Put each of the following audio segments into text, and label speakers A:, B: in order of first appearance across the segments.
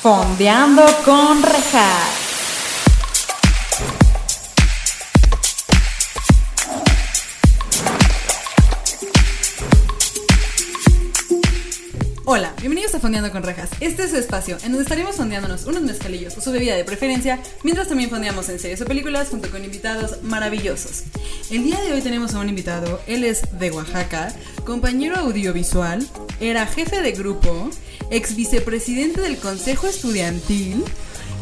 A: Fondeando con Rejas. Hola, bienvenidos a Fondeando con Rejas. Este es su espacio en donde estaremos fondeándonos unos mezcalillos o su bebida de preferencia, mientras también fondeamos en series o películas junto con invitados maravillosos. El día de hoy tenemos a un invitado, él es de Oaxaca, compañero audiovisual, era jefe de grupo, ex vicepresidente del Consejo Estudiantil,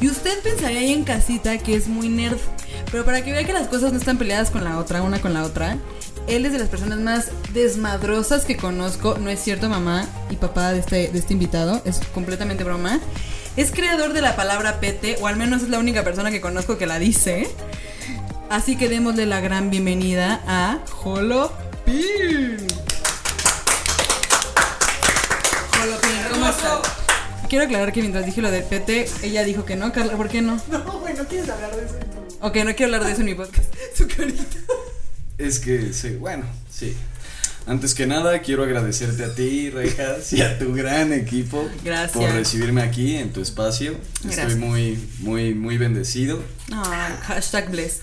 A: y usted pensaría ahí en casita que es muy nerd, pero para que vea que las cosas no están peleadas con la otra, una con la otra, él es de las personas más desmadrosas que conozco, no es cierto mamá y papá de este, de este invitado, es completamente broma. Es creador de la palabra pete, o al menos es la única persona que conozco que la dice. Así que démosle la gran bienvenida a Jolopin. Jolopin, ¿cómo estás? Quiero aclarar que mientras dije lo del PT, ella dijo que no, Carla, ¿por qué no?
B: No, güey, no quieres hablar de eso en tu-
A: Ok, no quiero hablar de eso en mi podcast. Su carita.
C: Es que, sí, bueno, sí. Antes que nada, quiero agradecerte a ti, Rejas, y a tu gran equipo
A: Gracias.
C: por recibirme aquí en tu espacio.
A: Gracias.
C: Estoy muy, muy, muy bendecido.
A: Ay, hashtag bless.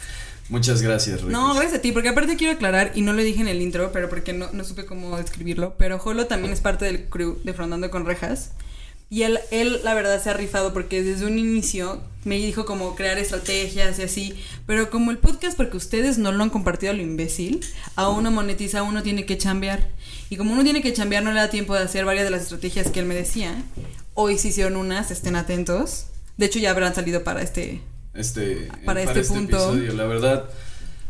C: Muchas gracias, Rejas.
A: No, gracias a ti, porque aparte quiero aclarar, y no lo dije en el intro, pero porque no, no supe cómo describirlo, pero Jolo también es parte del crew de Frondando con Rejas. Y él, él, la verdad, se ha rifado porque desde un inicio me dijo como crear estrategias y así. Pero como el podcast, porque ustedes no lo han compartido a lo imbécil, a uno monetiza, uno tiene que chambear. Y como uno tiene que chambear, no le da tiempo de hacer varias de las estrategias que él me decía. Hoy se hicieron unas, estén atentos. De hecho, ya habrán salido para este
C: Este,
A: Para este punto.
C: episodio, la verdad,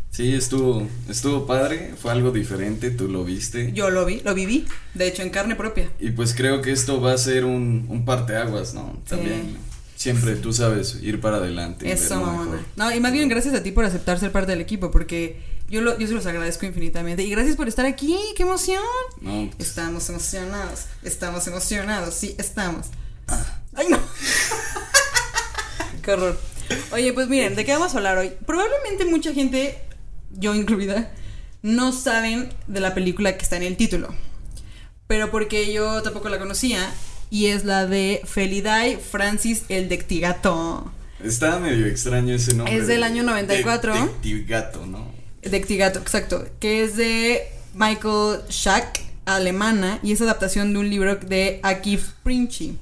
C: sí, estuvo, estuvo padre. Fue algo diferente, tú lo viste.
A: Yo lo vi, lo viví, de hecho en carne propia.
C: Y pues creo que esto va a ser un, un parteaguas, ¿no? También. Siempre, tú sabes, ir para adelante. y
A: Eso,
C: ver lo
A: mamona.
C: mejor.
A: No, y más bien gracias a ti por aceptar ser parte del equipo, porque yo, lo, yo se los agradezco infinitamente. Y gracias por estar aquí, qué emoción.
C: No, pues,
A: Estamos emocionados, estamos emocionados, sí, estamos. Ah. ¡Ay, no! ¡Qué horror! Oye, pues miren, ¿de qué vamos a hablar hoy? Probablemente mucha gente, yo incluida, no saben de la película que está en el título. Pero porque yo tampoco la conocía, y es la de Felidae Francis el Dectigato.
C: Está medio extraño ese nombre.
A: Es del año 94.
C: Gato, ¿no?
A: Dectigato, exacto. Que es de Michael Schack, alemana, y es adaptación de un libro de Akif Princi.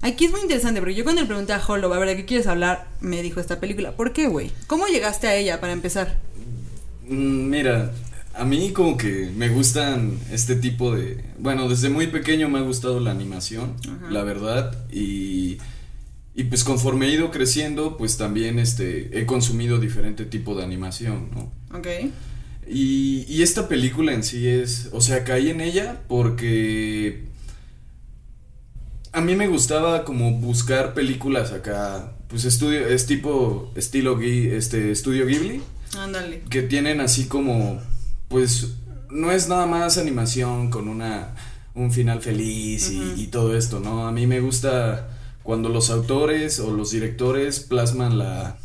A: Aquí es muy interesante porque yo cuando le pregunté a Hollow, a ver, ¿de qué quieres hablar? Me dijo esta película. ¿Por qué, güey? ¿Cómo llegaste a ella para empezar?
C: Mm, Mira, a mí como que me gustan este tipo de... Bueno, desde muy pequeño me ha gustado la animación,
A: Ajá.
C: la verdad, y... Y pues conforme he ido creciendo, pues también este, he consumido diferente tipo de animación, ¿no?
A: Ok.
C: Y, y esta película en sí es, o sea, caí en ella porque a mí me gustaba como buscar películas acá, pues estudio, es tipo estilo Ghi- este estudio Ghibli,
A: Ándale.
C: que tienen así como, pues no es nada más animación con una un final feliz y,
A: Ujú.
C: y todo esto, ¿no? A mí me gusta cuando los autores o los directores plasman la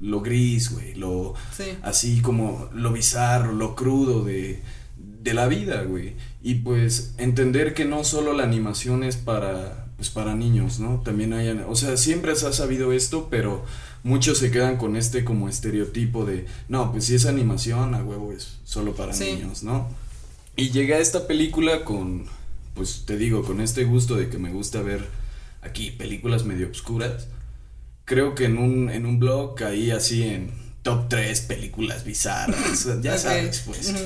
C: lo gris, güey, lo
A: Sí.
C: así como lo bizarro, lo crudo de, de la vida, güey. Y pues entender que no solo la animación es para, pues para niños, ¿no? También hay, o sea, siempre se ha sabido esto, pero muchos se quedan con este como estereotipo de, no, pues si es animación, a huevo es solo para
A: Sí.
C: niños, ¿no? Y llegué a esta película con, pues te digo, con este gusto de que me gusta ver aquí películas medio obscuras creo que en un, en un blog caí así en top 3 películas bizarras, ya
A: Ok.
C: sabes, pues.
A: Ujú.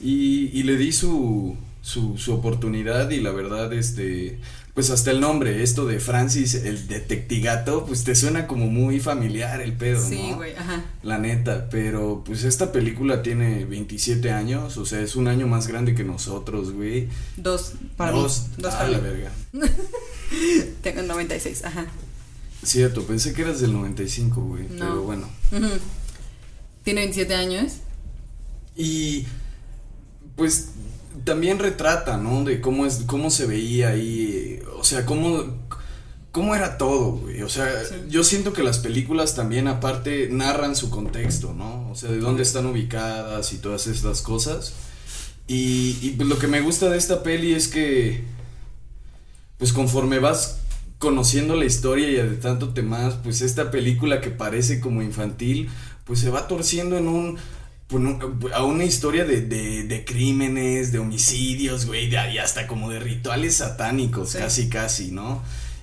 C: Y, y le di su, su, su oportunidad y la verdad, este, pues hasta el nombre, esto de Francis, el detectigato, pues te suena como muy familiar el pedo,
A: Sí,
C: ¿no?
A: güey, ajá.
C: La neta, pero pues esta película tiene 27 años, o sea, es un año más grande que nosotros, güey.
A: Dos para
C: Dos,
A: mí. Dos
C: ah,
A: para
C: la
A: mí.
C: verga.
A: Tengo 96, ajá.
C: Cierto, pensé que eras del 95, güey,
A: No.
C: pero bueno.
A: Ujú. Tiene 27 años.
C: Y pues también retrata, ¿no? De cómo es, cómo se veía ahí, eh, o sea, cómo, cómo era todo, güey. O sea,
A: Sí.
C: yo siento que las películas también aparte narran su contexto, ¿no? O sea, de dónde están ubicadas y todas estas cosas. Y, y pues lo que me gusta de esta peli es que, pues conforme vas conociendo la historia y adentrándote más, pues esta película que parece como infantil, pues se va torciendo en un pues a una historia de, de, de crímenes, de homicidios, güey, de, y hasta como de rituales satánicos, sí. casi, casi, ¿no?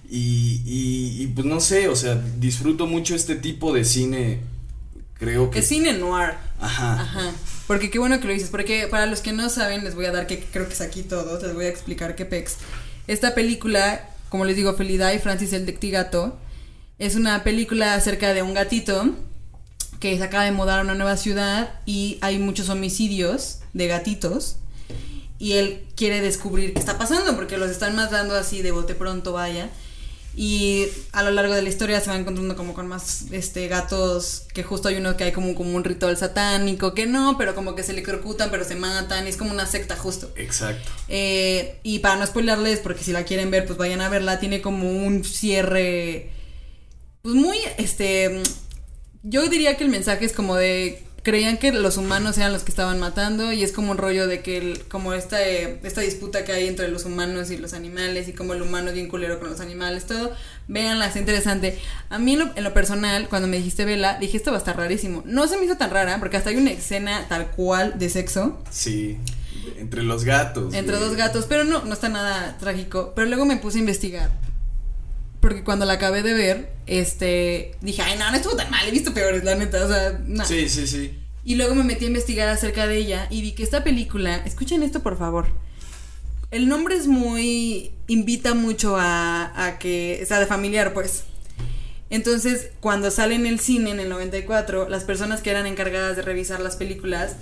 C: Y, y, y, pues no sé, o sea, disfruto mucho este tipo de cine, creo que...
A: Es cine noir.
C: Ajá.
A: Ajá. Porque qué bueno que lo dices, porque para los que no saben, les voy a dar, que creo que es aquí todo, les voy a explicar qué pex. Esta película, como les digo, Felida y Francis el Dectigato, es una película acerca de un gatito que se acaba de mudar a una nueva ciudad y hay muchos homicidios de gatitos. Y él quiere descubrir qué está pasando porque los están matando así de bote pronto, vaya. Y a lo largo de la historia se va encontrando como con más este gatos, que justo hay uno que hay como, como un ritual satánico, que no, pero como que se le crocutan, pero se matan, y es como una secta justo.
C: Exacto.
A: Eh, y para no spoilerles, porque si la quieren ver, pues vayan a verla, tiene como un cierre, pues muy, este, yo diría que el mensaje es como de creían que los humanos eran los que estaban matando y es como un rollo de que el, como esta eh, esta disputa que hay entre los humanos y los animales y como el humano es bien culero con los animales todo véanla es interesante a mí en lo, en lo, personal cuando me dijiste vela dije esto va a estar rarísimo no se me hizo tan rara porque hasta hay una escena tal cual de sexo
C: sí entre los gatos
A: entre güey. dos gatos pero no no está nada trágico pero luego me puse a investigar porque cuando la acabé de ver, este, dije, ay, no, no estuvo tan mal, he visto peores, la neta, o sea, no.
C: Sí, sí, sí.
A: Y luego me metí a investigar acerca de ella y vi que esta película, escuchen esto por favor, el nombre es muy, invita mucho a, a que, o sea, de familiar, pues. Entonces, cuando sale en el cine en el 94, las personas que eran encargadas de revisar las películas,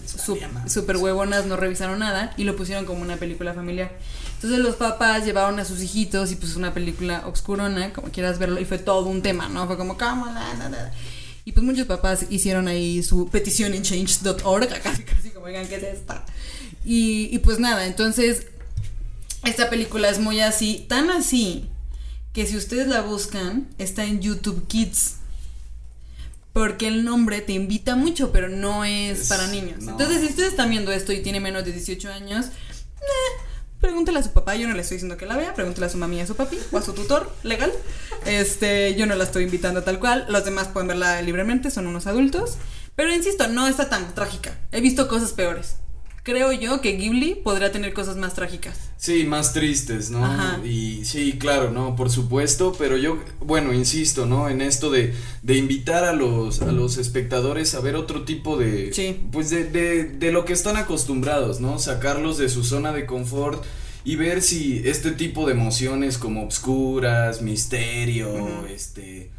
A: súper huevonas, no revisaron nada y lo pusieron como una película familiar. Entonces los papás llevaron a sus hijitos y pues una película obscurona, como quieras verlo, y fue todo un tema, ¿no? Fue como, ¿cómo? La, la, la. Y pues muchos papás hicieron ahí su petición en change.org, casi, casi como, oigan, ¿qué es esta? Y, y pues nada, entonces esta película es muy así, tan así, que si ustedes la buscan, está en YouTube Kids. Porque el nombre te invita mucho, pero no es, es para niños. No. Entonces, si ustedes están viendo esto y tiene menos de 18 años, eh, pregúntale a su papá, yo no le estoy diciendo que la vea, pregúntale a su mami, a su papi o a su tutor legal. Este, yo no la estoy invitando tal cual, los demás pueden verla libremente, son unos adultos, pero insisto, no está tan trágica. He visto cosas peores. Creo yo que Ghibli podría tener cosas más trágicas.
C: Sí, más tristes, ¿no? Ajá. Y sí, claro, no, por supuesto, pero yo, bueno, insisto, ¿no? En esto de, de invitar a los, a los espectadores a ver otro tipo de...
A: Sí.
C: Pues de, de, de lo que están acostumbrados, ¿no? Sacarlos de su zona de confort y ver si este tipo de emociones como obscuras, misterio, uh -huh. este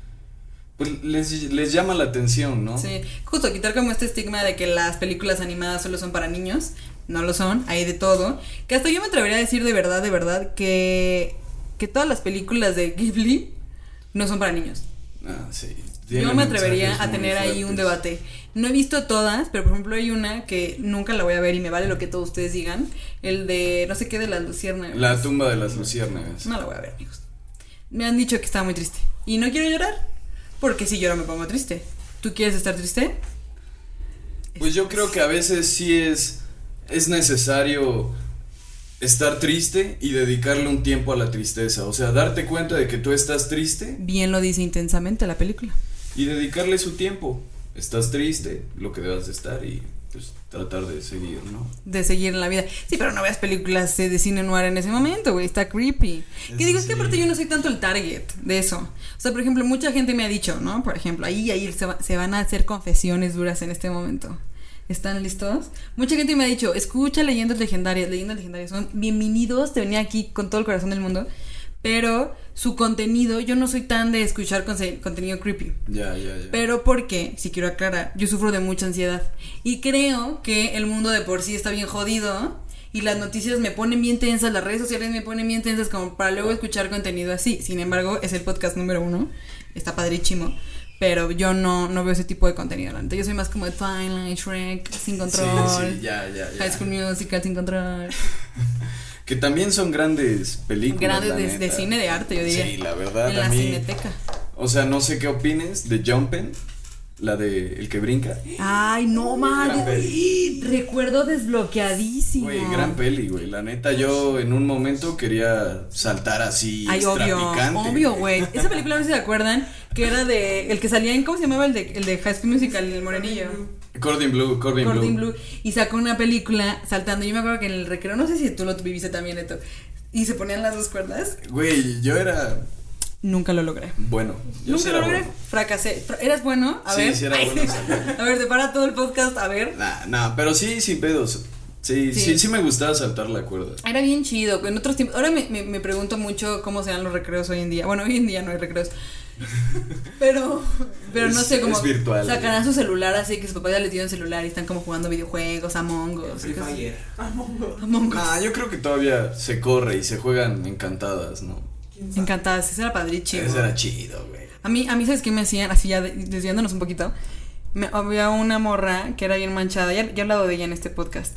C: pues les, les, llama la atención, ¿no?
A: Sí, justo quitar como este estigma de que las películas animadas solo son para niños, no lo son, hay de todo, que hasta yo me atrevería a decir de verdad, de verdad, que, que todas las películas de Ghibli no son para niños.
C: Ah, sí.
A: Yo me atrevería a tener fuertes. ahí un debate. No he visto todas, pero por ejemplo hay una que nunca la voy a ver y me vale lo que todos ustedes digan. El de no sé qué de las luciérnagas.
C: La tumba de las luciérnagas.
A: No la voy a ver, amigos. Me han dicho que está muy triste. Y no quiero llorar, porque si lloro me pongo triste. ¿Tú quieres estar triste?
C: Pues yo creo que a veces sí es, es necesario estar triste y dedicarle un tiempo a la tristeza. O sea, darte cuenta de que tú estás triste.
A: Bien lo dice intensamente la película.
C: Y dedicarle su tiempo. Estás triste, lo que debas de estar y pues tratar de seguir, ¿no?
A: De seguir en la vida. Sí, pero no veas películas de, de cine noir en ese momento, güey, está creepy. Es que digo, sí. es que aparte yo no soy tanto el target de eso. O sea, por ejemplo, mucha gente me ha dicho, ¿no? Por ejemplo, ahí, ahí se, va, se van a hacer confesiones duras en este momento. ¿Están listos? Mucha gente me ha dicho, escucha leyendas legendarias, leyendas legendarias, son bienvenidos, te venía aquí con todo el corazón del mundo pero su contenido, yo no soy tan de escuchar contenido creepy.
C: Ya, ya, ya.
A: Pero porque, si quiero aclarar, yo sufro de mucha ansiedad y creo que el mundo de por sí está bien jodido y las noticias me ponen bien tensas, las redes sociales me ponen bien tensas como para luego escuchar contenido así. Sin embargo, es el podcast número uno, está padrísimo. Pero yo no, no veo ese tipo de contenido. La yo soy más como de Twilight, Shrek, Sin Control.
C: Sí, sí, ya, ya, ya.
A: High School Musical, Sin Control.
C: Que también son grandes películas.
A: Grandes de, de, cine de arte, yo diría.
C: Sí, la verdad.
A: En la
C: a mí,
A: cineteca.
C: O sea, no sé qué opines de Jumpin. La de El que brinca.
A: Ay, no
C: Gran
A: mames.
C: peli.
A: Recuerdo desbloqueadísimo.
C: Güey, gran peli, güey. La neta, yo en un momento quería saltar así.
A: Ay, obvio,
C: estrapicante,
A: obvio, güey. Esa película, no sé si se acuerdan, que era de. El que salía en. ¿Cómo se llamaba el de, el de High School Musical? El Morenillo.
C: Cordin Blue, Cordin,
A: Cordin
C: Blue.
A: Blue. Y sacó una película saltando. Yo me acuerdo que en el recreo, no sé si tú lo viviste también, Neto. Y se ponían las dos cuerdas.
C: Güey, yo era
A: Nunca lo logré.
C: bueno. Yo
A: Nunca
C: sí
A: lo
C: era
A: logré.
C: bueno.
A: Fracasé. Fra- ¿Eras bueno? A
C: Sí,
A: ver.
C: sí era
A: Ay,
C: bueno, saltar.
A: A ver, te para todo el podcast. A ver.
C: Nah, nah, pero sí, sin pedos. Sí,
A: Sí.
C: sí, sí, me gustaba saltar la cuerda.
A: Era bien chido, en otros tiempos. Ahora me, me- me pregunto mucho cómo serán los recreos hoy en día. Bueno, hoy en día no hay recreos. Pero, pero no
C: Es-
A: sé cómo.
C: es virtual. eh.
A: Sacarán su celular así que sus papás ya les dieron celular y están como jugando videojuegos, Among Us. y
D: Free
A: cosas así.
D: Fire.
B: Among Us.
A: Among Us.
C: Nah, yo creo que todavía se corre y se juegan encantadas, ¿no?
B: ¿Quién sabe?
A: Encantada, sí, ese era padrísimo.
C: Eso era chido, güey.
A: A mí, a mí, ¿sabes qué me hacían? Así ya de- desviándonos un poquito. Me, había una morra que era bien manchada. Ya, ya he hablado de ella en este podcast.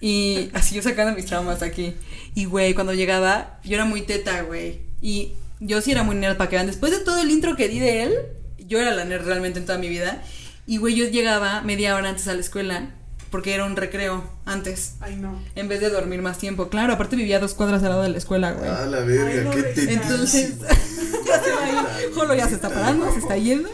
A: Y así yo sacando mis traumas aquí. Y, güey, cuando llegaba, yo era muy teta, güey. Y yo sí era muy nerd para que vean. Después de todo el intro que di de él, yo era la nerd realmente en toda mi vida. Y, güey, yo llegaba media hora antes a la escuela porque era un recreo antes.
B: Ay, no.
A: En vez de dormir más tiempo. Claro, aparte vivía a dos cuadras al lado de la escuela, güey.
C: la
B: Ay, no, güey.
C: tetísimo,
A: Entonces-
C: güey.
A: Ya se va a ir. Jolo ya se está parando, se está yendo.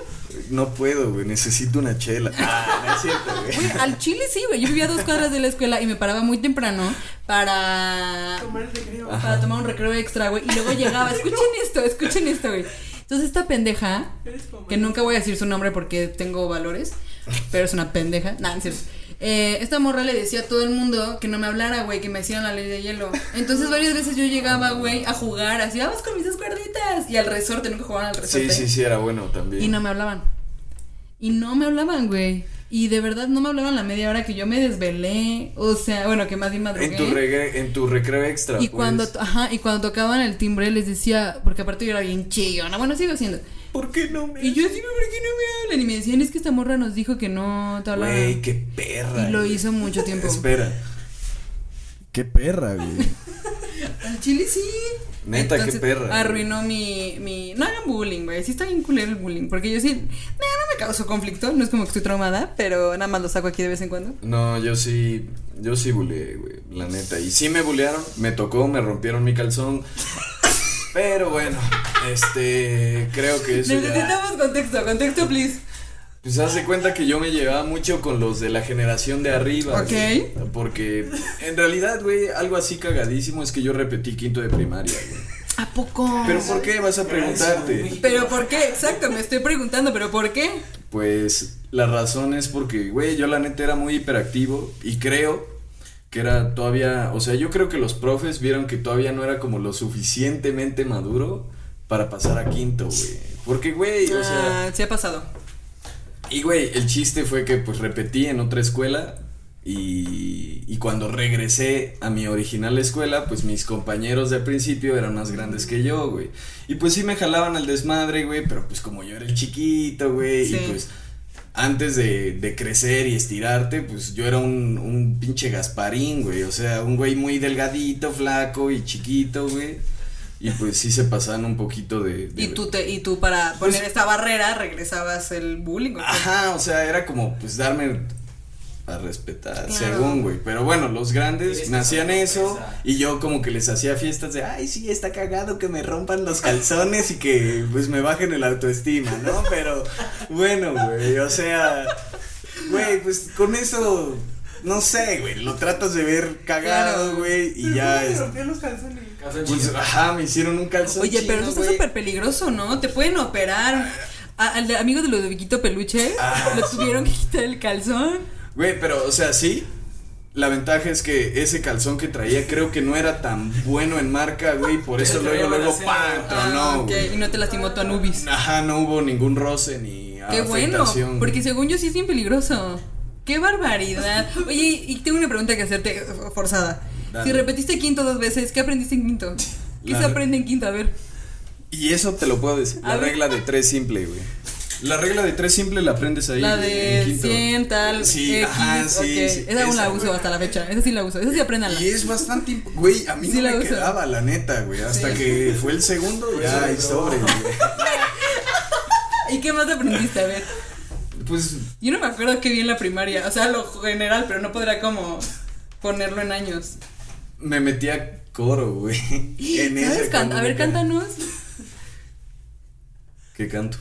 C: No puedo, güey, necesito una chela. Ah, no es cierto,
A: Güey, al chile sí, güey. Yo vivía a dos cuadras de la escuela y me paraba muy temprano para,
B: Tomar el recreo.
A: para tomar un recreo extra, güey. Y luego llegaba. Escuchen esto, escuchen esto, güey. Entonces esta pendeja,
B: Eres como-
A: que nunca voy a decir su nombre porque tengo valores, pero es una pendeja. Nah, en serio. Eh, esta morra le decía a todo el mundo que no me hablara, güey, que me hicieran la ley de hielo. Entonces varias veces yo llegaba, güey, a jugar, así, vamos con mis dos cuerditas. Y al resorte, nunca jugaban al resorte.
C: Sí, sí, sí, era bueno también.
A: Y no me hablaban. Y no me hablaban, güey. Y de verdad no me hablaban la media hora que yo me desvelé. O sea, bueno, que más bien madrugué.
C: En tu, regre- en tu recreo extra.
A: y
C: pues.
A: cuando, ajá, y cuando tocaban el timbre les decía, porque aparte yo era bien chillona, bueno, sigo siendo.
C: ¿Por qué no me.?
A: Y yo decía, ¿por qué no me hablan? Y me decían, es que esta morra nos dijo que no te hablaban.
C: Güey, qué perra.
A: y lo
C: güey.
A: hizo mucho tiempo.
C: Espera. Qué perra, güey.
A: Al chile sí.
C: Neta, qué perra, güey.
A: Arruinó mi, mi. No hagan bullying, güey. Sí está bien culero el bullying. Porque yo sí. No, no me causó conflicto. No es como que estoy traumada, pero nada más lo saco aquí de vez en cuando.
C: No, yo sí. Yo sí buleé, güey. La neta. Y sí me bulearon. Me tocó, me rompieron mi calzón. Pero bueno, este. Creo que eso ya.
A: Necesitamos contexto, contexto, please.
C: Pues hace cuenta que yo me llevaba mucho con los de la generación de arriba.
A: Ok.
C: güey. Porque en realidad, güey, algo así cagadísimo es que yo repetí quinto de primaria, güey.
A: ¿A poco?
C: Pero ¿por qué vas a preguntarte?
D: güey.
A: ¿Pero por qué? Exacto, me estoy preguntando, ¿pero por qué?
C: Pues la razón es porque, güey, yo la neta era muy hiperactivo y creo que era todavía, o sea, yo creo que los profes vieron que todavía no era como lo suficientemente maduro para pasar a quinto, güey. Porque, güey, o sea...
A: Ah, sí ha pasado.
C: Y, güey, el chiste fue que pues repetí en otra escuela y, y cuando regresé a mi original escuela, pues mis compañeros de principio eran más grandes que yo, güey. Y pues sí me jalaban al desmadre, güey, pero pues como yo era el chiquito, güey,
A: Sí.
C: y pues antes de, de crecer y estirarte, pues yo era un, un pinche Gasparín, güey. O sea, un güey muy delgadito, flaco y chiquito, güey. Y pues sí se pasaban un poquito de... de-
A: Y tú, te, y tú para poner
C: Pues-
A: esta barrera regresabas el bullying. ¿o qué?
C: Ajá, o sea, era como pues darme a respetar,
A: Claro.
C: según, güey. Pero bueno, los grandes
D: Tienes
C: me
D: que
C: hacían
D: ser
C: eso
D: sorpresa.
C: y yo como que les hacía fiestas de, ay, sí, está cagado que me rompan los calzones y que pues me bajen el autoestima, ¿no? Pero bueno, güey, o sea, güey, pues con eso, no sé, güey, lo tratas de ver
A: Claro.
C: cagado, güey, y
B: Pero
C: ya
B: ¿cómo te
C: es...
B: rompió los calzones?
D: Calzón
C: Pues,
D: chido.
C: ajá, me hicieron un calzón.
A: Oye, pero
C: chino,
A: eso está
C: güey.
A: súper peligroso, ¿no? Te pueden operar. A- al de- amigo de Ludoviquito Peluche,
C: Ah.
A: lo tuvieron que quitar el calzón.
C: Güey, pero, o sea, sí. La ventaja es que ese calzón que traía creo que no era tan bueno en marca, güey. Por eso
D: Pero
C: luego,
D: luego
C: luego,
D: la
C: ¡pam!
D: hacía-
A: Ah,
C: Tronó,
A: ok,
C: güey.
A: Y no te lastimó tu Anubis.
C: Ajá, no hubo ningún roce ni
A: Qué bueno,
C: Ah, afectación. güey.
A: porque según yo sí es bien peligroso. Qué barbaridad. Oye, y tengo una pregunta que hacerte eh, forzada.
C: Dale.
A: Si repetiste quinto dos veces, ¿qué aprendiste en quinto? ¿Qué
C: La-
A: se aprende en quinto? A ver.
C: Y eso te lo puedo decir.
A: A
C: La
A: ver.
C: regla de tres simple, güey. La regla de tres simple la aprendes ahí.
A: La
C: güey, en
A: de
C: quinto.
A: 100, tal,
C: Sí,
A: X,
C: ajá, sí,
A: ok.
C: sí,
A: Esa aún la
C: esa,
A: uso
C: güey.
A: hasta la fecha. Esa sí la uso. Esa sí apréndanla.
C: Y es bastante. imp- Güey, a mí
A: Sí
C: no
A: la
C: me
A: uso.
C: quedaba, la neta, güey. Hasta
A: Sí.
C: que fue el segundo,
D: Por eso
C: ya,
D: me
C: y sobre,
D: probó.
C: güey.
A: ¿Y qué más aprendiste? A ver.
C: Pues
A: Yo no me acuerdo qué vi en la primaria, o sea, lo general, pero no podría como ponerlo en años.
C: me metí a coro, güey. En
A: ¿Sabes
C: ese
A: can-
C: cuando
A: A
C: me
A: ver,
C: ca-
A: cántanos.
C: ¿Qué canto?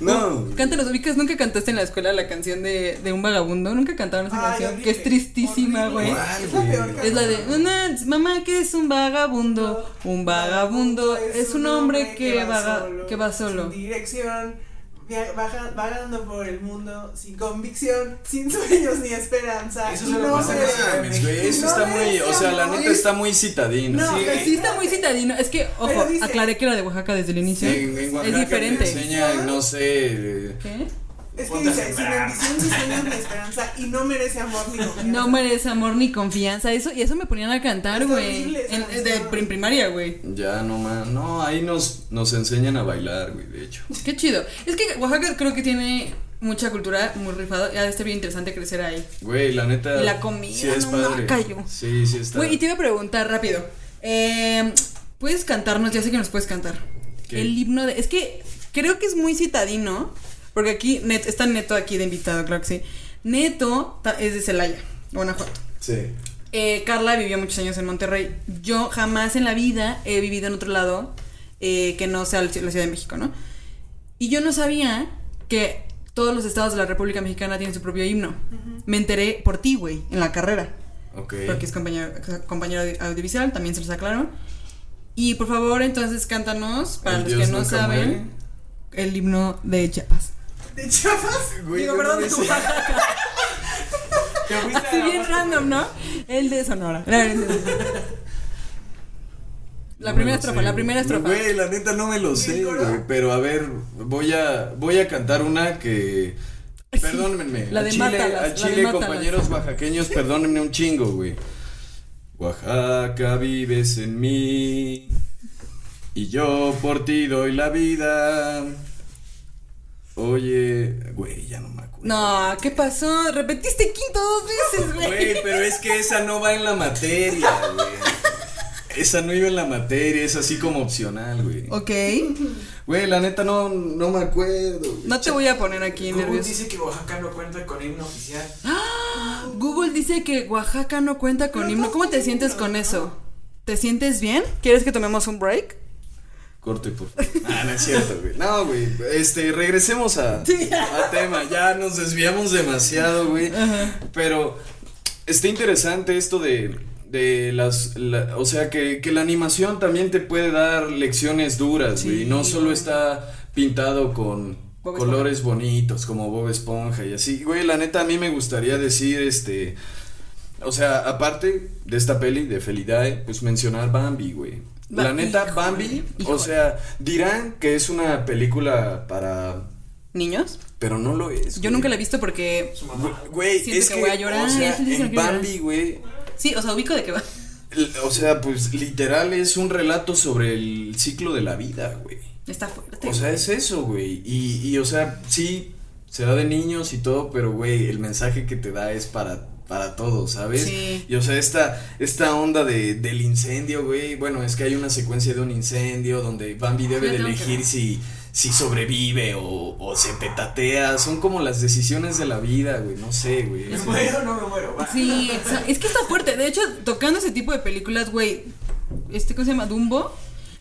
C: no.
A: Cántanos, ubicas, nunca cantaste en la escuela la canción de, de un vagabundo, nunca cantaron esa
B: Ay,
A: canción,
B: horrible,
A: que es tristísima,
B: ah, horrible.
A: güey.
C: ¿Cuál,
B: Es la
C: güey?
B: peor
A: Es la de, "Una- mamá, que es un vagabundo? Un vagabundo es un hombre que, vaga- que va solo.
B: Sin dirección, via- baja- vagando por el mundo sin convicción, sin sueños ni esperanza.
C: Eso
B: y
C: se lo
B: no
C: pasa
B: merece-
C: a mis güey. Eso
B: no
C: está muy,
B: merece
C: o sea, la
B: amor.
C: neta está muy citadina.
B: No,
C: sí.
B: pero
A: Sí, está muy citadino. Es que, ojo,
B: Pero dice-
A: aclaré que era de Oaxaca desde el inicio.
C: En, en Oaxaca
A: Es diferente.
C: Te enseñan, no sé. eh,
A: ¿Qué?
B: Es que
C: Ponte a
B: dice, sin
C: sembrar.
B: ambición, sin sueños ni esperanza y no merece amor ni confianza.
A: No merece amor ni confianza. Eso, y eso me ponían a cantar,
B: Está
A: güey.
B: horrible esa
A: En,
B: canción.
A: de prim- primaria, güey.
C: Ya, no más. No, ahí nos, nos enseñan a bailar, güey, de hecho.
A: Qué chido. Es que Oaxaca creo que tiene mucha cultura muy rifado. Ya estar bien interesante crecer ahí.
C: Güey, la neta.
A: Y la comida,
C: Sí, es
A: no,
C: padre.
A: no, cayó.
C: Sí, sí, está.
A: Güey, y te iba a preguntar rápido. eh, ¿Puedes cantarnos? Ya sé que nos puedes cantar.
C: ¿Qué?
A: El himno de. Es que creo que es muy citadino. Porque aquí Net- está Neto aquí de invitado, claro que sí. Neto ta- es de Celaya, Guanajuato.
C: Sí.
A: Eh, Carla vivió muchos años en Monterrey. Yo jamás en la vida he vivido en otro lado eh, que no sea la Ciudad de México, ¿no? Y yo no sabía que todos los estados de la República Mexicana tienen su propio himno. Me enteré por ti, güey, en la carrera
C: Ok.
A: porque es compañero, compañero audio- audiovisual, también se los aclaro. Y por favor, entonces cántanos, para
C: El
A: los
C: Dios
A: que no
C: nunca
A: saben,
C: muere.
A: el himno de Chiapas.
B: ¿De chavas?
C: Güey,
A: Digo,
C: no
A: perdón,
C: mames.
A: tu Oaxaca.
B: Te fuiste a
A: Así
B: la
A: bien
B: más-
A: random, ¿no? El de Sonora. La, la
C: No me
A: primera
C: lo
A: estrofa,
C: sé,
A: la
C: güey.
A: primera estrofa.
C: Güey, la neta no me lo sé,
B: coro?
C: güey. Pero a ver, voy a, voy a cantar una que.
A: Sí,
C: Perdónenme.
A: la de
C: a Chile,
A: mátalas, la
C: a
A: de
C: Chile
A: mátalas.
C: compañeros oaxaqueños, perdónenme un chingo, güey. Oaxaca, vives en mí. Y yo por ti doy la vida. Oye, güey, ya no me acuerdo.
A: No, ¿qué pasó? Repetiste quinto dos veces, güey.
C: Güey, pero es que esa no va en la materia, güey. Esa no iba en la materia, es así como opcional, güey.
A: Ok.
C: Güey, la neta no, no me acuerdo. güey.
A: No te voy a poner aquí
D: Google
A: nervioso.
D: dice que Oaxaca no cuenta con himno oficial.
A: Google dice que Oaxaca no cuenta con himno. ¿Cómo te sientes con eso? ¿Te sientes bien? ¿Quieres que tomemos un break?
C: Corte, por favor. Ah, no es cierto, güey. No, güey. Este, regresemos a, a tema. Ya nos desviamos demasiado, güey. Pero está interesante esto de, de las. la- o sea, que, que la animación también te puede dar lecciones duras, güey. No solo está pintado con.
A: Bob Esponja.
C: colores bonitos como Bob Esponja y así, güey, la neta a mí me gustaría decir este o sea, aparte de esta peli de Felidae, pues mencionar Bambi, güey.
A: Ba-
C: la neta,
A: híjole,
C: Bambi,
A: híjole.
C: o sea, dirán que es una película para.
A: ¿Niños?
C: Pero no lo es.
A: Yo
C: güey.
A: nunca la he visto porque...
D: Su
C: Güey,
D: mamá.
C: Güey,
A: Siento
C: es
A: que
C: que.
A: voy a llorar,
C: O sea,
A: siento que
C: en
A: quiero llorar.
C: Bambi, güey.
A: Sí, o sea, ubico de qué va.
C: l- O sea, pues literal es un relato sobre el ciclo de la vida, güey.
A: Está fuerte.
C: O sea, es eso, güey. Y, y, o sea, sí, se da de niños y todo, pero, güey, el mensaje que te da es para, para todos, ¿sabes?
A: Sí.
C: Y, o sea, esta, esta onda de, del incendio, güey, bueno, es que hay una secuencia de un incendio donde Bambi debe
A: Ya
C: de
A: tengo que
C: elegir
A: ver.
C: si, si sobrevive o, o se petatea. Son como las decisiones de la vida, güey, no sé, güey.
D: ¿Me muero o no me muero? Va.
A: Sí, o sea, es que está fuerte. De hecho, tocando ese tipo de películas, güey, este ¿cómo se llama Dumbo,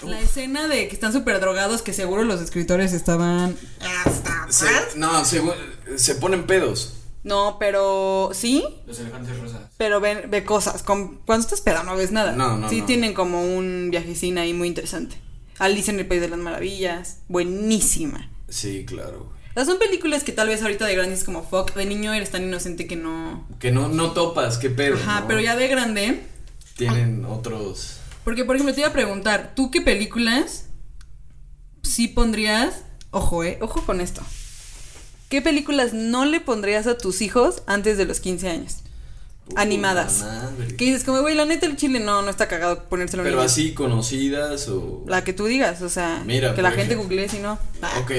A: la escena de que están súper drogados, que seguro los escritores estaban... hasta
C: Se-
A: atrás.
C: no, se, se ponen pedos.
A: No, pero sí,
D: Los elefantes rosas.
A: pero ven, ve cosas. con- cuando estás pedo no ves nada.
C: No, no,
A: Sí
C: no.
A: tienen como un viajecín ahí muy interesante. Alice en el País de las Maravillas, buenísima.
C: Sí, claro, güey.
A: O sea, son películas que tal vez ahorita de grande es como fuck, de niño eres tan inocente que no.
C: Que no, no topas, qué pedo.
A: Ajá,
C: ¿no?
A: pero ya de grande.
C: Tienen otros.
A: Porque, por ejemplo, te iba a preguntar, ¿tú qué películas sí pondrías? Ojo, eh, ojo con esto. ¿Qué películas no le pondrías a tus hijos antes de los 15 años?
C: Puta
A: Animadas.
C: Uh, madre.
A: Que dices, como, güey, la neta, el chile no, no está cagado ponérselo a un
C: Pero
A: niño".
C: así conocidas o.
A: La que tú digas, o sea,
C: Mira,
A: que la
C: por
A: gente
C: ejemplo.
A: googlee si no. Ah,
C: Ok,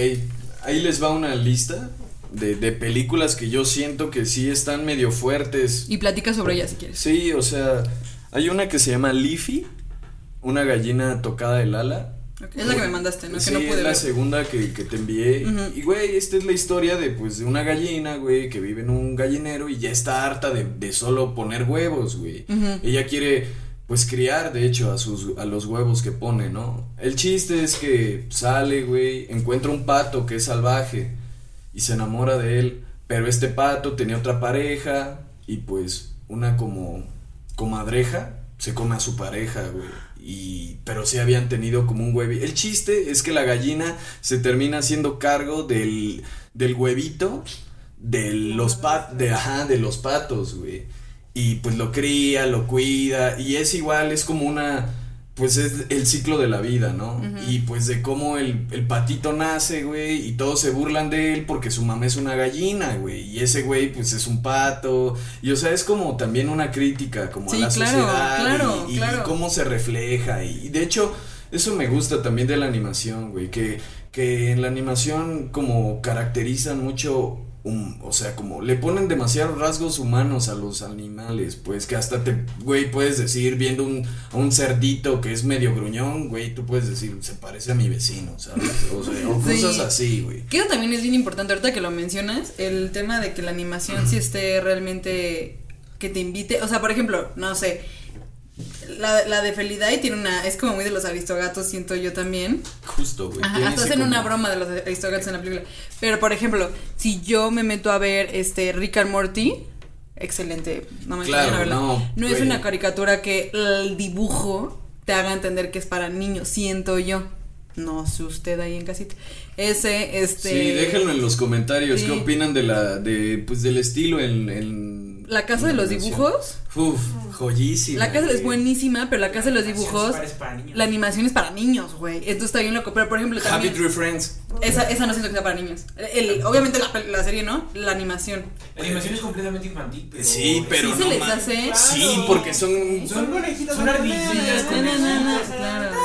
C: ahí les va una lista de, de películas que yo siento que sí están medio fuertes.
A: Y platica sobre ella si quieres.
C: Sí, o sea, hay una que se llama Leafy, una gallina tocada el ala.
A: Ok, Es la que me mandaste, ¿no?
C: Sí,
A: que no
C: es
A: pude
C: la
A: ver.
C: segunda que, que te envié.
A: Ujú.
C: Y, güey, esta es la historia de, pues, de una gallina, güey, que vive en un gallinero y ya está harta de, de solo poner huevos, güey.
A: Ujú.
C: Ella quiere, pues, criar, de hecho, a, sus, a los huevos que pone, ¿no? El chiste es que sale, güey, encuentra un pato que es salvaje y se enamora de él. Pero este pato tenía otra pareja y, pues, una como comadreja se come a su pareja, güey. Y, pero sí habían tenido como un huevito. El chiste es que la gallina se termina haciendo cargo del, del huevito de los, pat, de, ajá, de los patos, güey. Y pues lo cría, lo cuida. Y es igual, es como una. Pues es el ciclo de la vida, ¿no? Y pues de cómo el, el patito nace, güey. Y todos se burlan de él porque su mamá es una gallina, güey. Y ese güey, pues es un pato. Y o sea, es como también una crítica, como
A: Sí,
C: a la
A: claro,
C: sociedad.
A: claro,
C: y, y
A: claro.
C: cómo se refleja. Y, y de hecho, eso me gusta también de la animación, güey. Que, que en la animación, como caracterizan mucho. un- o sea, como le ponen demasiados rasgos humanos a los animales, pues que hasta te, güey, puedes decir, viendo un, a un cerdito que es medio gruñón, güey, tú puedes decir, se parece a mi vecino, ¿sabes? O, sea, o
A: Sí.
C: cosas así, güey.
A: Que eso también es bien importante, ahorita que lo mencionas, el tema de que la animación sí esté realmente que te invite. O sea, por ejemplo, no sé, la, la de Felidae tiene una. Es como muy de los aristogatos, siento yo también.
C: Justo, güey.
A: Ajá,
C: tiene
A: hasta
C: ese
A: hacen una
C: como-
A: broma de los aristogatos en la película. Pero por ejemplo, si yo me meto a ver este Rick and Morty, excelente, no me
C: Claro,
A: extraña, la verdad.
C: no,
A: No es
C: güey.
A: una caricatura que el dibujo te haga entender que es para niños, siento yo. No sé usted ahí en casita. Ese, este.
C: Sí, déjenlo en los comentarios
A: Sí.
C: qué opinan de la de pues del estilo en, en-
A: La casa de los
C: en animación?
A: dibujos.
C: Uf, joyísima.
A: La casa es
C: güey.
A: buenísima, pero la casa de los dibujos.
D: Parece para niños.
A: La animación es para niños, güey. Entonces está bien loco. Pero por ejemplo,
C: Happy
A: también.
C: Tree Friends.
A: Esa, esa no siento que sea para niños. El- obviamente la, pel- la serie, ¿no? La animación.
D: La animación es completamente infantil, pero.
C: Sí, pero
A: sí
C: no
A: se les
C: mames.
A: hace.
B: Claro.
C: Sí, porque son
B: Son conejitos.
D: Son ardillitas con
A: Na, na, na,
D: ojitos.
A: claro.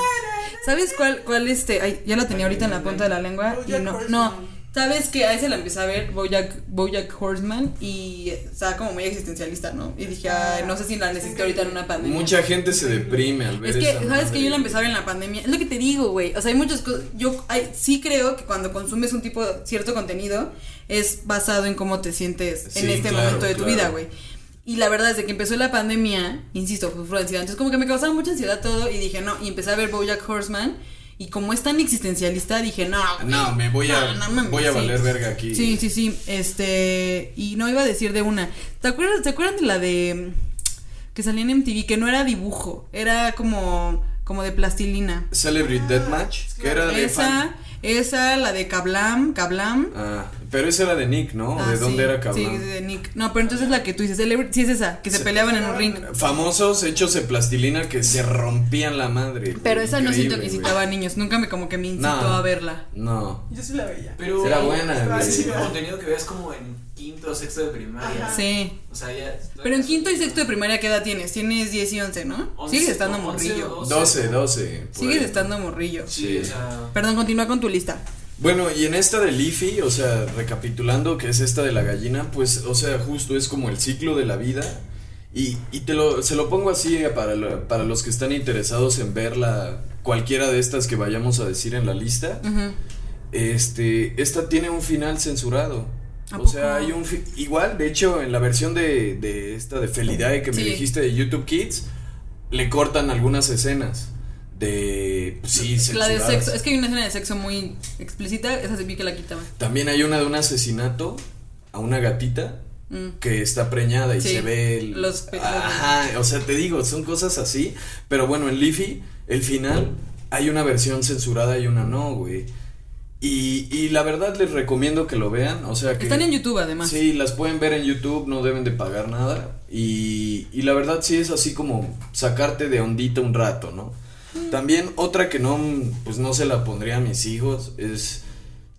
A: ¿Sabes cuál, cuál este? Ay, ya la tenía ahorita en la punta de la lengua. y
B: Bojack
A: no,
B: Horseman.
A: no. ¿Sabes que A ese la empecé a ver, Bojack, Bojack Horseman, y estaba como muy existencialista, ¿no? Y dije,
B: Ah,
A: ay, no sé si la necesito ahorita en una pandemia.
C: mucha gente se deprime al
A: Es
C: ver
A: que,
C: esa
A: ¿sabes
C: madre,
A: que Yo la
C: güey.
A: empecé a ver en la pandemia. Es lo que te digo, güey. O sea, hay muchas cosas. Yo hay- sí creo que cuando consumes un tipo, cierto contenido, es basado en cómo te sientes en
C: Sí,
A: este
C: claro,
A: momento de tu
C: claro.
A: vida, güey. Y la verdad, desde que empezó la pandemia, insisto, fue por ansiedad. Entonces, como que me causaba mucha ansiedad todo. Y dije, no. Y empecé a ver Bojack Horseman. Y como es tan existencialista, dije, no. güey,
C: No, me voy a
A: no, no mames,
C: voy a
A: sí.
C: valer verga aquí.
A: Sí, sí, sí. Este. Y no iba a decir de una. ¿Te acuerdas, ¿te acuerdan de la de. mm, que salía en MTV? Que no era dibujo. Era como. como de plastilina.
C: Celebrity Deathmatch, que era de fan-
A: Esa, esa, la de Kablam, Kablam.
C: Ah, pero esa era de Nick, ¿no?
A: Ah,
C: ¿De
A: sí,
C: dónde era cabrón?
A: Sí, de Nick. No, pero entonces la que tú dices, Celebrity, sí es esa, que se
C: Sí.
A: peleaban en un ring.
C: Famosos hechos de plastilina que se rompían la madre. güey,
A: Pero esa no siento que
C: increíble, güey.
A: incitaba a niños, nunca me como que me incitó
C: No.
A: a verla.
C: No.
B: Yo sí la veía.
D: Pero.
C: Será buena,
D: Pero
B: güey.
D: ese tipo de contenido que veas como en quinto o sexto de primaria.
B: Ajá.
A: Sí.
D: O sea, ya.
A: Pero en quinto y sexto de primaria, ¿qué edad tienes? Tienes 10 y 11, ¿no?
D: Once,
A: Sigues estando
D: o once o
A: morrillo.
D: doce.
C: 12, 12. por
A: Sigues
C: ahí.
A: estando morrillo.
D: Sí, o sea.
A: Perdón, continúa con tu lista.
C: Bueno, y en esta de Leafy, o sea, recapitulando, que es esta de la gallina, pues, o sea, justo es como el ciclo de la vida. Y, y te lo, se lo pongo así eh, para, lo- para los que están interesados en verla, cualquiera de estas que vayamos a decir en la lista.
A: Ujú.
C: Este, esta tiene un final censurado.
A: ¿A
C: O
A: poco?
C: sea, hay un fi- igual, de hecho, en la versión de, de esta de Felidae que me
A: Sí.
C: dijiste de YouTube Kids, le cortan algunas escenas de pues, sí,
A: La de
C: censuradas.
A: sexo, es que hay una escena de sexo muy explícita, esa sí vi que la quitaban.
C: También hay una de un asesinato a una gatita
A: Mm.
C: que está preñada y
A: Sí,
C: se ve el-
A: los pe-
C: Ajá, o sea, te digo, son cosas así, pero bueno, en Leafy el final hay una versión censurada y una no, güey. Y, y la verdad les recomiendo que lo vean, o sea que
A: Están en YouTube además.
C: Sí, las pueden ver en YouTube, no deben de pagar nada. Y, y la verdad sí es así como sacarte de ondita un rato, ¿no?
A: Mm.
C: También otra que no, pues no se la pondría a mis hijos es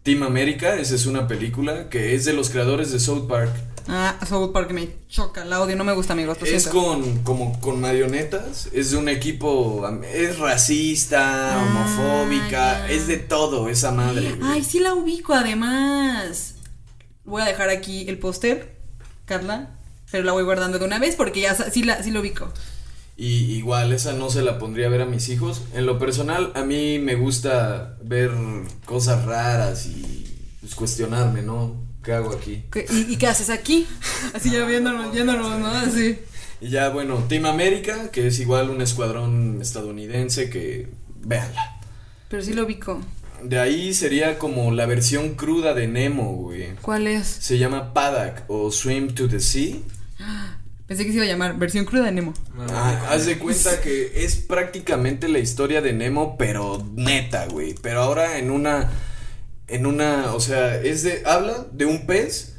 C: Team America, esa es una película que es de los creadores de South Park.
A: Ah, South Park me choca, la odio, no me gusta, amigos. lo
C: Es
A: siento.
C: con, como con marionetas, es de un equipo, am- es racista,
A: Ah,
C: homofóbica,
A: ya.
C: es de todo esa madre. güey.
A: Ay, sí la ubico además. Voy a dejar aquí el póster, Carla, pero la voy guardando de una vez porque ya sa- sí, la, sí lo ubico.
C: Y igual, esa no se la pondría a ver a mis hijos. En lo personal, a mí me gusta ver cosas raras y pues, cuestionarme, ¿no? ¿Qué hago aquí?
A: ¿Qué- ¿Y, y qué haces aquí? Así ya viéndonos, viéndonos, ¿no? Así.
C: Y ya, bueno, Team América, que es igual un escuadrón estadounidense que. Véanla.
A: Pero sí lo ubico.
C: De ahí sería como la versión cruda de Nemo, güey.
A: ¿Cuál es?
C: Se llama Paddock o Swim to the Sea.
A: Pensé que se iba a llamar versión cruda de Nemo.
D: No,
C: Ah,
D: no,
C: haz de cuenta que es prácticamente la historia de Nemo, pero neta, güey. Pero ahora en una. En una. O sea, es de. Habla de un pez.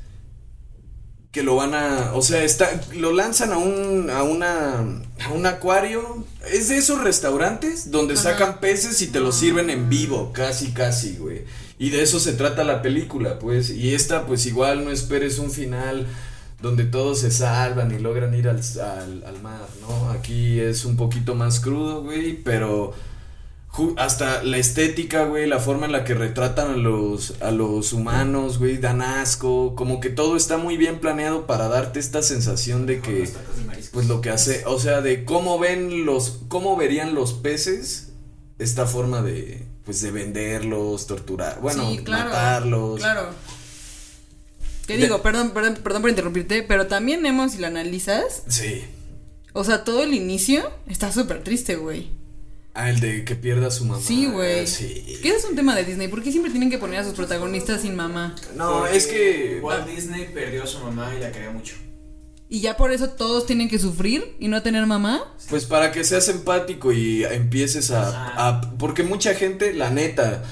C: Que lo van a. O sea, está. Lo lanzan a un. a una. a un acuario. Es de esos restaurantes donde
A: Ajá.
C: sacan peces y te los sirven en vivo. Casi, casi, güey. Y de eso se trata la película, pues. Y esta, pues igual no esperes un final donde todos se salvan y logran ir al, al, al mar, ¿no? Aquí es un poquito más crudo, güey, pero ju- hasta la estética, güey, la forma en la que retratan a los, a los humanos, güey, dan asco, como que todo está muy bien planeado para darte esta sensación de
D: con
C: que,
D: los tacos de mariscos.
C: pues lo que hace, o sea, de cómo ven los, cómo verían los peces esta forma de, pues de venderlos, torturar, bueno,
A: Sí, claro,
C: matarlos.
A: Claro. ¿Qué
C: De-
A: digo? Perdón, perdón, perdón por interrumpirte, pero también Nemo, si lo analizas,
C: Sí.
A: o sea, todo el inicio está súper triste, güey.
C: Ah, el de que pierda a su mamá.
A: Sí, güey.
C: Sí.
A: Que ese es un tema de Disney. ¿Por qué siempre tienen que poner a sus protagonistas sin mamá?
C: No,
D: Porque
C: es que.
D: Walt Disney perdió a su mamá y la quería mucho.
A: Y ya por eso todos tienen que sufrir y no tener mamá.
C: Pues para que seas empático y empieces a,
D: Ajá.
C: a- Porque mucha gente, la neta,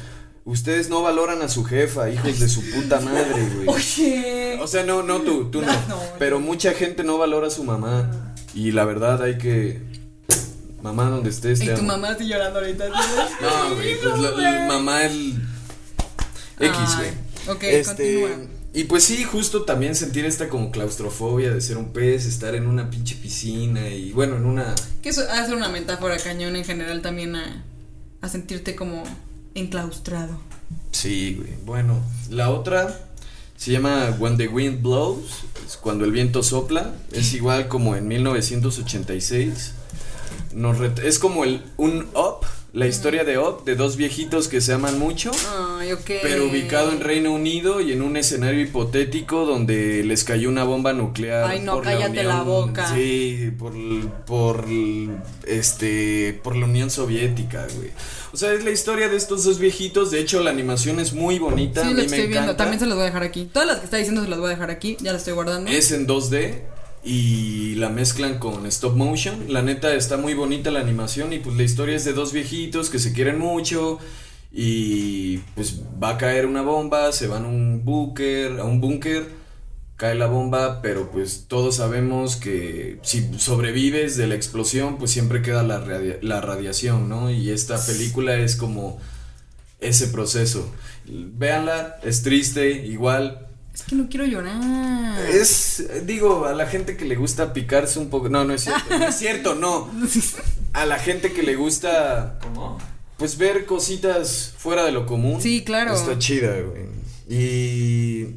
C: ustedes no valoran a su jefa, hijos de su puta madre, güey.
A: Oye.
C: O sea, no, no tú, tú no.
A: No, no.
C: Pero mucha gente no valora a su mamá. Y la verdad hay que. Mamá, donde estés, te
A: Y tu
C: amo.
A: mamá está llorando ahorita. ¿sí?
C: No, güey, pues la, la mamá el. X, güey.
A: Ay, ok, continúa.
C: Y pues sí, justo también sentir esta como claustrofobia de ser un pez, estar en una pinche piscina y bueno, en una.
A: Que eso hace una metáfora cañón en general también a, a sentirte como enclaustrado.
C: Sí, güey. Bueno, la otra se llama When the Wind Blows, es cuando el viento sopla. Es igual como en 1986. Nos ret- es como el, un Up, la historia de Up, de dos viejitos que se aman mucho.
A: Ay, ok.
C: Pero ubicado en Reino Unido y en un escenario hipotético donde les cayó una bomba nuclear.
A: Ay, no,
C: por la
A: cállate la
C: Unión-
A: boca.
C: Sí, por, l- por l- este por la Unión Soviética, güey. O sea, es la historia de estos dos viejitos. De hecho, la animación es muy bonita.
A: Sí,
C: a
A: lo
C: mí
A: estoy
C: me
A: viendo.
C: encanta.
A: También se los voy a dejar aquí. Todas las que está diciendo se las voy a dejar aquí. Ya las estoy guardando.
C: Es en 2D y la mezclan con stop motion. La neta está muy bonita la animación y pues la historia es de dos viejitos que se quieren mucho y pues va a caer una bomba, se van a un búnker, a un búnker, cae la bomba, pero pues todos sabemos que si sobrevives de la explosión, pues siempre queda la, radia- la radiación, ¿no? Y esta película es como ese proceso. Véanla, es triste, igual,
A: Es que no quiero llorar.
C: es, digo, a la gente que le gusta picarse un poco. No, no es cierto. No es cierto, no. A la gente que le gusta,
D: ¿Cómo?
C: pues, ver cositas fuera de lo común.
A: Sí, claro.
C: Está chida, güey. Y.